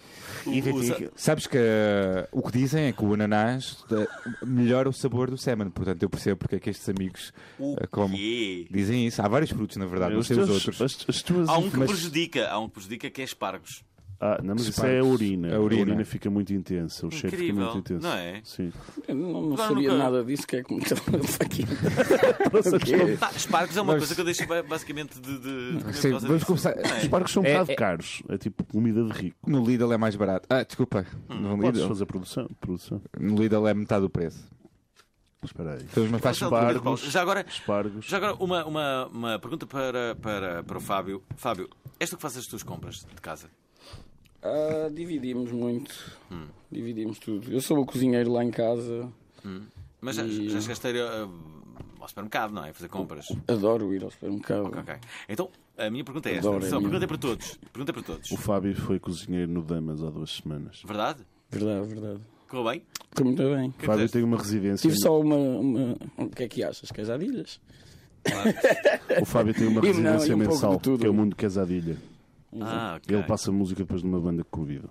[SPEAKER 2] Sabes que eh, o que dizem é que o ananás eh, melhora o sabor do sêmen, portanto eu percebo porque é que estes amigos
[SPEAKER 1] O
[SPEAKER 2] eh, comem.
[SPEAKER 1] quê?
[SPEAKER 2] Dizem isso, há vários frutos na verdade, Ah, não
[SPEAKER 3] Os
[SPEAKER 2] sei os
[SPEAKER 3] teus-
[SPEAKER 2] outros.
[SPEAKER 3] as- as tuas
[SPEAKER 1] Há um que
[SPEAKER 3] mas-
[SPEAKER 1] prejudica, há um que prejudica que é espargos.
[SPEAKER 3] Ah, não, mas isso
[SPEAKER 2] Espargos.
[SPEAKER 3] é a urina.
[SPEAKER 2] A
[SPEAKER 3] A
[SPEAKER 2] urina.
[SPEAKER 3] urina, fica muito intensa, o cheiro fica
[SPEAKER 1] Incrível,
[SPEAKER 3] muito intenso.
[SPEAKER 1] não é?
[SPEAKER 3] Sim.
[SPEAKER 5] Eu Não, não
[SPEAKER 1] Claro,
[SPEAKER 5] sabia
[SPEAKER 1] nunca-
[SPEAKER 5] nada disso. O que é que me estão a dizer aqui?
[SPEAKER 1] Tá, espargos é uma
[SPEAKER 2] Mas-
[SPEAKER 1] coisa que eu deixo ba- basicamente de. de- de-
[SPEAKER 2] Sim,
[SPEAKER 1] por causa
[SPEAKER 2] vamos
[SPEAKER 1] disso.
[SPEAKER 2] começar.
[SPEAKER 1] Não é?
[SPEAKER 3] Os barcos são um
[SPEAKER 2] É-
[SPEAKER 3] bocado
[SPEAKER 2] é-
[SPEAKER 3] caros. É tipo comida de rico.
[SPEAKER 2] No Lidl é mais barato. Ah, desculpa. no,
[SPEAKER 3] Podes
[SPEAKER 2] Lidl,
[SPEAKER 3] fazer produção? Produção.
[SPEAKER 2] no Lidl é metade do preço.
[SPEAKER 3] Espera aí.
[SPEAKER 2] Então não faz
[SPEAKER 1] Marcelo Rodrigues
[SPEAKER 3] espargos.
[SPEAKER 1] Paulo, Já agora,
[SPEAKER 3] Espargos.
[SPEAKER 1] já agora uma, uma, uma pergunta para, para, para o Fábio. Fábio, és tu que fazes as tuas compras de casa?
[SPEAKER 5] Ah, dividimos muito. Dividimos tudo. Eu sou o cozinheiro lá em casa.
[SPEAKER 1] Mas já,
[SPEAKER 5] E-
[SPEAKER 1] já chegaste a ir ah, ao supermercado, não é? Fazer compras.
[SPEAKER 5] Adoro ir ao supermercado.
[SPEAKER 1] Ok. Então, a minha pergunta é esta.
[SPEAKER 5] Adoro, é
[SPEAKER 1] Só,
[SPEAKER 5] a minha.
[SPEAKER 1] pergunta é para todos. Pergunta é para todos.
[SPEAKER 3] O Fábio foi cozinheiro no Damas há duas semanas.
[SPEAKER 1] Verdade?
[SPEAKER 5] Verdade, verdade.
[SPEAKER 1] Correu bem?
[SPEAKER 5] Correu muito bem.
[SPEAKER 1] O que é que
[SPEAKER 3] Fábio
[SPEAKER 1] disseste?
[SPEAKER 3] tem uma residência.
[SPEAKER 5] Tive só uma, uma- O que é que achas? Casadilhas?
[SPEAKER 3] O Fábio tem uma
[SPEAKER 5] E não, e
[SPEAKER 3] residência
[SPEAKER 5] um pouco
[SPEAKER 3] mensal,
[SPEAKER 5] de tudo. é.
[SPEAKER 3] que é o mundo casadilha.
[SPEAKER 1] Ah, ok.
[SPEAKER 3] Ele passa música depois de uma banda que convida.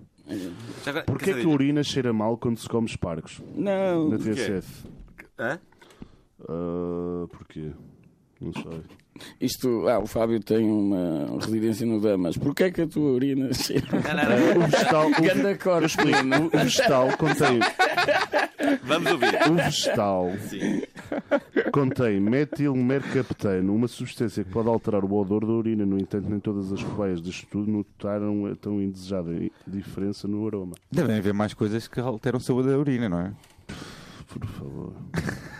[SPEAKER 1] Já agora,
[SPEAKER 3] Porquê
[SPEAKER 1] quer
[SPEAKER 3] é que a
[SPEAKER 1] saber-
[SPEAKER 3] urina cheira mal quando se come espargos?
[SPEAKER 5] Não.
[SPEAKER 3] Na TSF.
[SPEAKER 1] Hã?
[SPEAKER 3] Ah, porquê? Não sei.
[SPEAKER 5] Isto, ah, o Fábio tem uma residência no Damas. Porquê é que a tua urina cheira?
[SPEAKER 3] O vegetal, o,
[SPEAKER 5] Ganda cor,
[SPEAKER 3] o vegetal contém,
[SPEAKER 1] Vamos ouvir.
[SPEAKER 3] o vegetal
[SPEAKER 1] Sim.
[SPEAKER 3] contém metilmercaptano, uma substância que pode alterar o odor da urina. No entanto, nem todas as cobaias deste estudo notaram a tão indesejada diferença no aroma.
[SPEAKER 2] Devem haver mais coisas que alteram o sabor da urina, não é?
[SPEAKER 3] Por favor.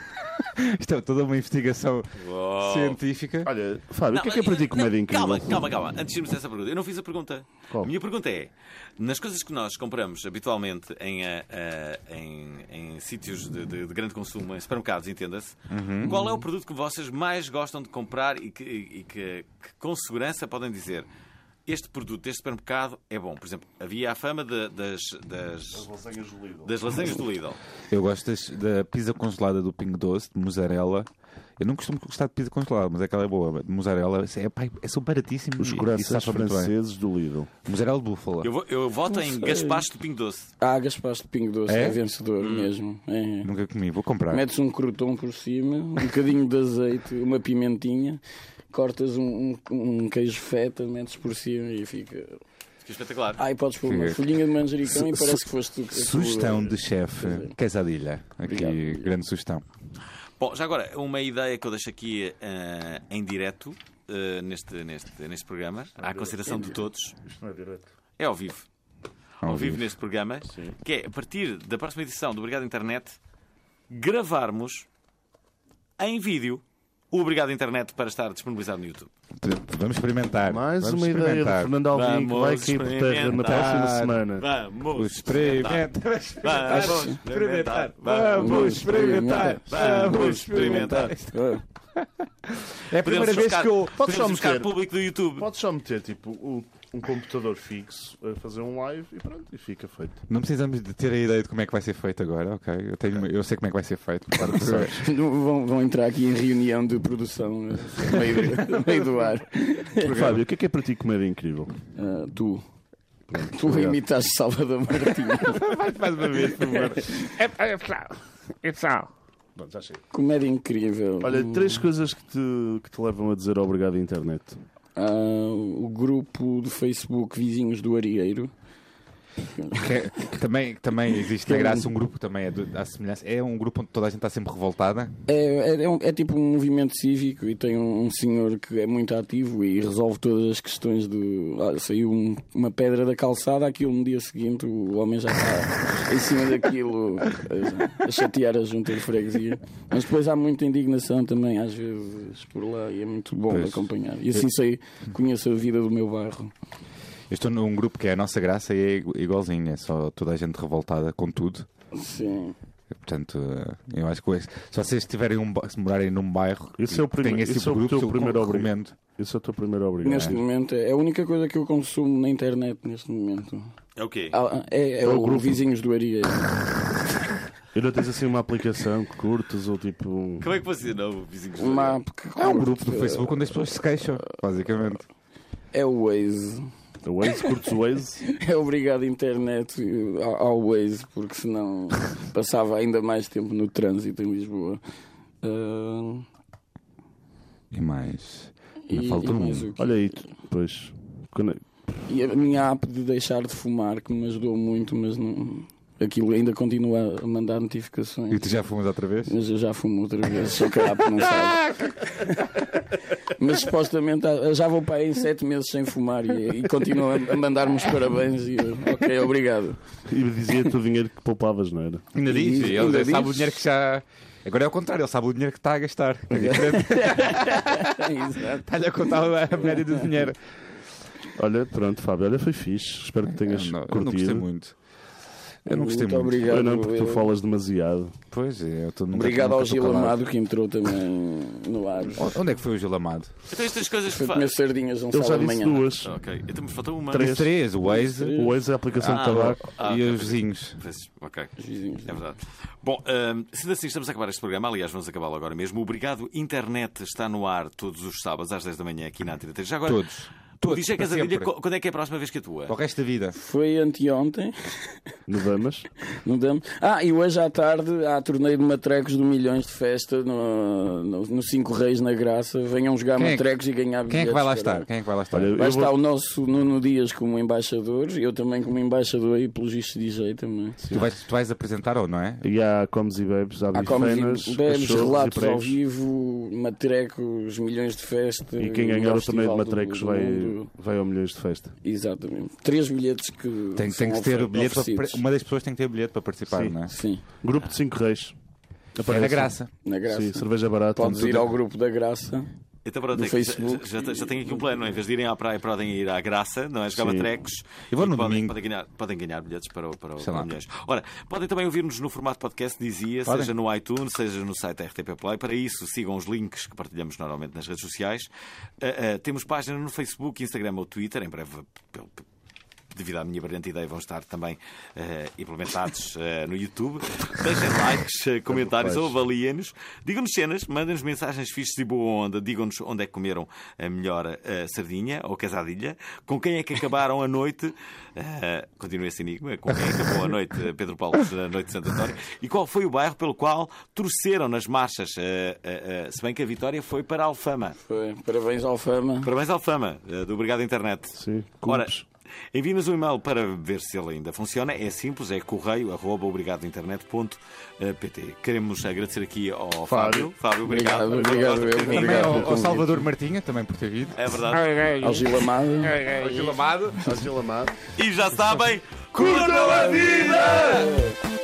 [SPEAKER 2] Isto é toda uma investigação
[SPEAKER 1] Uou.
[SPEAKER 2] científica.
[SPEAKER 3] Olha, Fábio, o que é que
[SPEAKER 1] Não,
[SPEAKER 3] eu aprendi com
[SPEAKER 1] não,
[SPEAKER 3] comédia incrível?
[SPEAKER 1] Calma, calma, calma. Antes de irmos a essa pergunta, eu não fiz a pergunta.
[SPEAKER 3] Qual?
[SPEAKER 1] A minha pergunta é: nas coisas que nós compramos habitualmente em, ah, ah, em, em sítios de, de- de grande consumo, em supermercados, entenda-se,
[SPEAKER 3] Uhum.
[SPEAKER 1] qual é o produto que vocês mais gostam de comprar e que, e que- que com segurança podem dizer? Este produto deste supermercado é bom. Por exemplo, havia a fama de- das, das,
[SPEAKER 3] Lasanhas do Lidl.
[SPEAKER 1] das lasanhas do Lidl.
[SPEAKER 2] Eu gosto das- da pizza congelada do Pingo Doce, de mussarela. Eu não costumo gostar de pizza congelada, mas aquela é boa. De mussarela, é, pá, é- são baratíssimos.
[SPEAKER 3] Os
[SPEAKER 2] e- e
[SPEAKER 3] corações
[SPEAKER 2] safa muito bem.
[SPEAKER 3] franceses do Lidl.
[SPEAKER 2] Mussarela de búfala.
[SPEAKER 1] Eu, vou- eu voto em gaspacho de pingo doce.
[SPEAKER 5] Ah, Gaspacho de Pingo Doce
[SPEAKER 2] É?
[SPEAKER 5] é, vencedor mesmo. É.
[SPEAKER 2] Nunca comi, vou comprar.
[SPEAKER 5] Metes um croton por cima, um bocadinho de azeite, uma pimentinha, cortas um, um- um queijo feta, metes por cima e fica.
[SPEAKER 1] Que é espetacular.
[SPEAKER 5] Ai, podes pôr uma
[SPEAKER 2] Fica-
[SPEAKER 5] folhinha de manjericão e
[SPEAKER 2] Su-
[SPEAKER 5] parece
[SPEAKER 2] su-
[SPEAKER 5] que foste tu que.
[SPEAKER 2] Sugestão
[SPEAKER 5] tu-
[SPEAKER 2] de
[SPEAKER 1] é.
[SPEAKER 2] chefe, quesadilha. Aqui,
[SPEAKER 5] Obrigado.
[SPEAKER 2] grande sugestão.
[SPEAKER 1] Bom, já agora, uma ideia que eu deixo aqui eh, em direto eh, neste, neste, neste programa, à consideração de todos,
[SPEAKER 3] Isto não é direto.
[SPEAKER 1] é ao vivo. Ao, vivo,
[SPEAKER 2] vivo.
[SPEAKER 1] neste programa, que é a partir da próxima edição do Obrigado Internet, gravarmos em vídeo o Obrigado Internet para estar disponibilizado no YouTube.
[SPEAKER 2] Vamos experimentar.
[SPEAKER 3] Mais
[SPEAKER 2] Vamos
[SPEAKER 3] uma ideia do
[SPEAKER 2] experimentar.
[SPEAKER 3] Fernando Alvim que
[SPEAKER 1] Vamos
[SPEAKER 3] vai cair por terra na
[SPEAKER 1] experimentar.
[SPEAKER 3] próxima semana.
[SPEAKER 1] Vamos!
[SPEAKER 2] Experimenta.
[SPEAKER 1] Vamos experimentar!
[SPEAKER 2] Vamos experimentar. Vamos experimentar.
[SPEAKER 5] Ah,
[SPEAKER 2] É a
[SPEAKER 1] Podemos
[SPEAKER 2] primeira vez
[SPEAKER 1] buscar-
[SPEAKER 2] que eu.
[SPEAKER 3] Podes só
[SPEAKER 1] Podemos buscar
[SPEAKER 3] meter,
[SPEAKER 1] público do YouTube.
[SPEAKER 3] podes só meter tipo um, um computador fixo a fazer um live e pronto, e fica feito.
[SPEAKER 2] Não precisamos de ter a ideia de como é que vai ser feito agora, ok? Eu, tenho, eu sei como é que vai ser feito. Claro que sei.
[SPEAKER 5] vão, vão entrar aqui em reunião de produção, eh, meio, do- meio do ar.
[SPEAKER 3] Fábio, o que é que é para ti comédia incrível?
[SPEAKER 5] Ah, tu. Tu imitaste Salvador Martinho.
[SPEAKER 2] Mais uma vez, por favor.
[SPEAKER 9] É, é, pessoal. É, pessoal.
[SPEAKER 3] Pronto, já chega.
[SPEAKER 5] Comédia incrível.
[SPEAKER 3] Olha, três coisas que te, que te levam a dizer obrigado à internet.
[SPEAKER 5] Ah, o grupo de Facebook Vizinhos do Arieiro.
[SPEAKER 2] Que- que também, que também existe na graça um grupo que também é do, à semelhança. É um grupo onde toda a gente está sempre revoltada.
[SPEAKER 5] É, é, é um- é tipo um movimento cívico e tem um, um senhor que é muito ativo e resolve todas as questões de. Ah, saiu um- uma pedra da calçada, aquilo no dia seguinte o homem já está em cima daquilo a, a chatear a junta de freguesia. Mas depois há muita indignação também, às vezes, por lá, e é muito bom de
[SPEAKER 2] Pois.
[SPEAKER 5] acompanhar. E assim sei, conheço a vida do meu bairro.
[SPEAKER 2] Eu estou num grupo que é a nossa graça e é igu- igualzinho. É só toda a gente revoltada com tudo.
[SPEAKER 5] Sim.
[SPEAKER 2] Portanto, eh, eu acho que esse- se vocês tiverem um, ba- se morarem num bairro
[SPEAKER 3] Esse
[SPEAKER 2] que
[SPEAKER 3] é o prime-
[SPEAKER 2] tem esse
[SPEAKER 3] esse
[SPEAKER 2] tipo
[SPEAKER 3] é o
[SPEAKER 2] de
[SPEAKER 3] teu
[SPEAKER 2] grupos, eu
[SPEAKER 3] primeiro obrigo.
[SPEAKER 2] recomendo.
[SPEAKER 3] Esse é o teu primeiro obrigado.
[SPEAKER 5] Neste momento é a única coisa que eu consumo na internet neste momento.
[SPEAKER 1] É o quê?
[SPEAKER 5] Ah, É, é
[SPEAKER 3] o
[SPEAKER 5] o,
[SPEAKER 3] grupo.
[SPEAKER 5] Vizinhos do Arieiro.
[SPEAKER 3] E não tens assim uma aplicação que curtas ou tipo um.
[SPEAKER 1] Como é que funciona o vizinho? de
[SPEAKER 5] Uma app que
[SPEAKER 2] É um grupo do Facebook onde as pessoas se queixam, basicamente.
[SPEAKER 5] É o Waze.
[SPEAKER 3] O Waze, curtes o Waze?
[SPEAKER 5] É obrigado internet eh, ao ao Waze, porque senão passava ainda mais tempo no trânsito em Lisboa. Ah,
[SPEAKER 2] E mais. Ainda
[SPEAKER 5] e,
[SPEAKER 2] falta
[SPEAKER 5] e
[SPEAKER 2] um.
[SPEAKER 5] mais o quê?
[SPEAKER 3] Olha aí, tu- pois. Quando é-
[SPEAKER 5] E a minha app de deixar de fumar, que me ajudou muito, mas não... aquilo ainda continua a mandar
[SPEAKER 2] E
[SPEAKER 5] notificações.
[SPEAKER 2] tu já fomos outra vez?
[SPEAKER 5] Mas eu já fumo outra vez, só que a app não sabe. Mas supostamente ah, já vou para aí em sete meses sem fumar e, e continua a a mandar-me os parabéns. E, eu, ok, obrigado.
[SPEAKER 3] E dizia-te o dinheiro que poupavas, não era?
[SPEAKER 2] Ainda
[SPEAKER 5] diz,
[SPEAKER 2] Ele
[SPEAKER 5] ainda
[SPEAKER 2] sabe
[SPEAKER 5] diz.
[SPEAKER 2] o dinheiro que já. Agora é o contrário, ele sabe o dinheiro que está a gastar. É diferente.
[SPEAKER 5] Exato.
[SPEAKER 2] Está-lhe a contar a média do dinheiro.
[SPEAKER 3] Olha, pronto, Fábio, olha, foi fixe. Espero que tenhas
[SPEAKER 5] É,
[SPEAKER 2] eu, não, eu não gostei
[SPEAKER 3] curtido.
[SPEAKER 2] muito. Eu não gostei
[SPEAKER 5] muito
[SPEAKER 2] muito.
[SPEAKER 5] obrigado.
[SPEAKER 3] Eu não, porque tu
[SPEAKER 5] Eu-
[SPEAKER 3] falas demasiado.
[SPEAKER 2] Pois é, eu estou nunca-
[SPEAKER 5] Obrigado
[SPEAKER 2] nunca
[SPEAKER 5] ao
[SPEAKER 2] estou
[SPEAKER 5] Gil
[SPEAKER 2] calado.
[SPEAKER 5] Amado que entrou também no ar.
[SPEAKER 2] Onde é que foi o Gil Amado?
[SPEAKER 1] Então estas coisas que
[SPEAKER 5] Foi
[SPEAKER 1] faz.
[SPEAKER 5] comer sardinhas um
[SPEAKER 3] Ele já
[SPEAKER 5] sábado de
[SPEAKER 3] disse
[SPEAKER 5] manhã.
[SPEAKER 3] duas.
[SPEAKER 1] Ok, então me faltou uma.
[SPEAKER 3] Três.
[SPEAKER 2] Três, o Waze
[SPEAKER 3] O Waze é a aplicação
[SPEAKER 1] Ah,
[SPEAKER 3] de tabaco.
[SPEAKER 1] Ah,
[SPEAKER 2] e
[SPEAKER 1] ok.
[SPEAKER 2] os vizinhos.
[SPEAKER 1] Pois, Ok.
[SPEAKER 5] Os vizinhos.
[SPEAKER 1] É verdade. Bom, hum, sendo assim, estamos a acabar este programa. Aliás, vamos acabá-lo agora mesmo. Obrigado. Internet está no ar todos os sábados às 10 da manhã aqui na Antena 3. Já agora,
[SPEAKER 2] Todos. Todo,
[SPEAKER 1] Diz é
[SPEAKER 2] para
[SPEAKER 1] Casadilha,
[SPEAKER 2] sempre.
[SPEAKER 1] co- quando é que é a próxima vez que atua?
[SPEAKER 2] Para o resto da vida.
[SPEAKER 5] Foi anteontem,
[SPEAKER 3] No Damas.
[SPEAKER 5] não damos. Ah, e hoje à tarde há torneio de matrecos do Milhões de Festa no, no, no Cinco Reis na Graça. Venham jogar
[SPEAKER 2] Quem é que-
[SPEAKER 5] matrecos e
[SPEAKER 2] Quem
[SPEAKER 5] ganhar
[SPEAKER 2] é que
[SPEAKER 5] bilhetes,
[SPEAKER 2] vai lá
[SPEAKER 5] caralho.
[SPEAKER 2] estar? Quem é que vai lá estar?
[SPEAKER 3] Olha,
[SPEAKER 5] Vai
[SPEAKER 3] eu vou-
[SPEAKER 5] estar o nosso Nuno Dias como embaixador, eu também como embaixador e pelo gisto DJ também.
[SPEAKER 2] tu, vais, tu vais apresentar ou não é?
[SPEAKER 3] E há comes e bebes, há
[SPEAKER 5] Há
[SPEAKER 3] bifenas,
[SPEAKER 5] comes e bebes,
[SPEAKER 3] shows e
[SPEAKER 5] relatos ao
[SPEAKER 3] pregos.
[SPEAKER 5] vivo, matrecos, milhões de festa.
[SPEAKER 3] E quem
[SPEAKER 5] É o
[SPEAKER 3] ganhar
[SPEAKER 5] melhor
[SPEAKER 3] o torneio de
[SPEAKER 5] festival do-
[SPEAKER 3] matrecos
[SPEAKER 5] do
[SPEAKER 3] vai,
[SPEAKER 5] mundo.
[SPEAKER 3] vai ao milhões de festa.
[SPEAKER 5] Exatamente. Três bilhetes que.
[SPEAKER 2] Tem,
[SPEAKER 5] são
[SPEAKER 2] tem que ter
[SPEAKER 5] ofer-
[SPEAKER 2] o bilhete para-
[SPEAKER 5] oferecidos.
[SPEAKER 2] uma das pessoas tem que ter o bilhete para participar,
[SPEAKER 3] Sim.
[SPEAKER 2] não é?
[SPEAKER 5] Sim,
[SPEAKER 3] Grupo de 5
[SPEAKER 2] É
[SPEAKER 3] reis.
[SPEAKER 2] da
[SPEAKER 3] Aparece.
[SPEAKER 2] graça.
[SPEAKER 5] na graça.
[SPEAKER 3] Sim, cerveja barata.
[SPEAKER 5] Podes
[SPEAKER 3] tudo.
[SPEAKER 5] ir ao grupo da graça.
[SPEAKER 1] Então pronto,
[SPEAKER 5] No
[SPEAKER 1] é que já-
[SPEAKER 5] Facebook.
[SPEAKER 1] já, já, tenho aqui um plano. Em vez de irem à praia, podem ir à graça, não é? Jogar
[SPEAKER 3] Sim.
[SPEAKER 1] matrecos.
[SPEAKER 2] Eu vou
[SPEAKER 1] E
[SPEAKER 2] no
[SPEAKER 1] podem,
[SPEAKER 2] domingo.
[SPEAKER 1] Podem ganhar, podem ganhar bilhetes para, o- para, o-
[SPEAKER 2] Sei
[SPEAKER 1] para
[SPEAKER 2] lá.
[SPEAKER 1] mulheres. Ora, podem também ouvir-nos no formato podcast, dizia,
[SPEAKER 2] Podem.
[SPEAKER 1] seja no iTunes, seja no site da RTP Play. Para isso, sigam os links que partilhamos normalmente nas redes sociais. Ah, ah, temos página no Facebook, Instagram ou Twitter. Em breve, pelo- devido à minha brilhante ideia, vão estar também eh, implementados eh, no YouTube. Deixem likes, eh, comentários ou avaliem-nos. Digam-nos cenas, mandem-nos mensagens fixas e boa onda. Digam-nos onde é que comeram a melhor eh, sardinha ou casadilha. Com quem é que acabaram a noite. eh, continue esse enigma. Com quem é que acabou a noite, eh, Pedro Paulo, a noite de Santo António. E qual foi o bairro pelo qual torceram nas marchas? eh, eh, eh, se bem que a vitória foi para Alfama.
[SPEAKER 5] Foi. Parabéns ao Fama.
[SPEAKER 1] Parabéns, Alfama, eh, do Obrigado Internet.
[SPEAKER 3] Sim,
[SPEAKER 1] Ora,
[SPEAKER 3] cubos.
[SPEAKER 1] envie-nos um e-mail para ver se ele ainda funciona. É simples, é correio arroba obrigadointernet.pt. Queremos agradecer aqui ao Fábio.
[SPEAKER 3] Fábio.
[SPEAKER 1] Fábio, obrigado.
[SPEAKER 5] Obrigado,
[SPEAKER 1] por ter vindo.
[SPEAKER 5] eu.
[SPEAKER 2] Também
[SPEAKER 5] Obrigado
[SPEAKER 2] ao,
[SPEAKER 5] pelo
[SPEAKER 2] ao
[SPEAKER 5] convite.
[SPEAKER 2] Salvador Martinha, também por ter vindo.
[SPEAKER 1] É verdade.
[SPEAKER 5] Ao Gil Amado.
[SPEAKER 9] Ai, ai,
[SPEAKER 2] Amado.
[SPEAKER 3] Angela Amado.
[SPEAKER 1] E já sabem, curtam a vida!
[SPEAKER 5] É.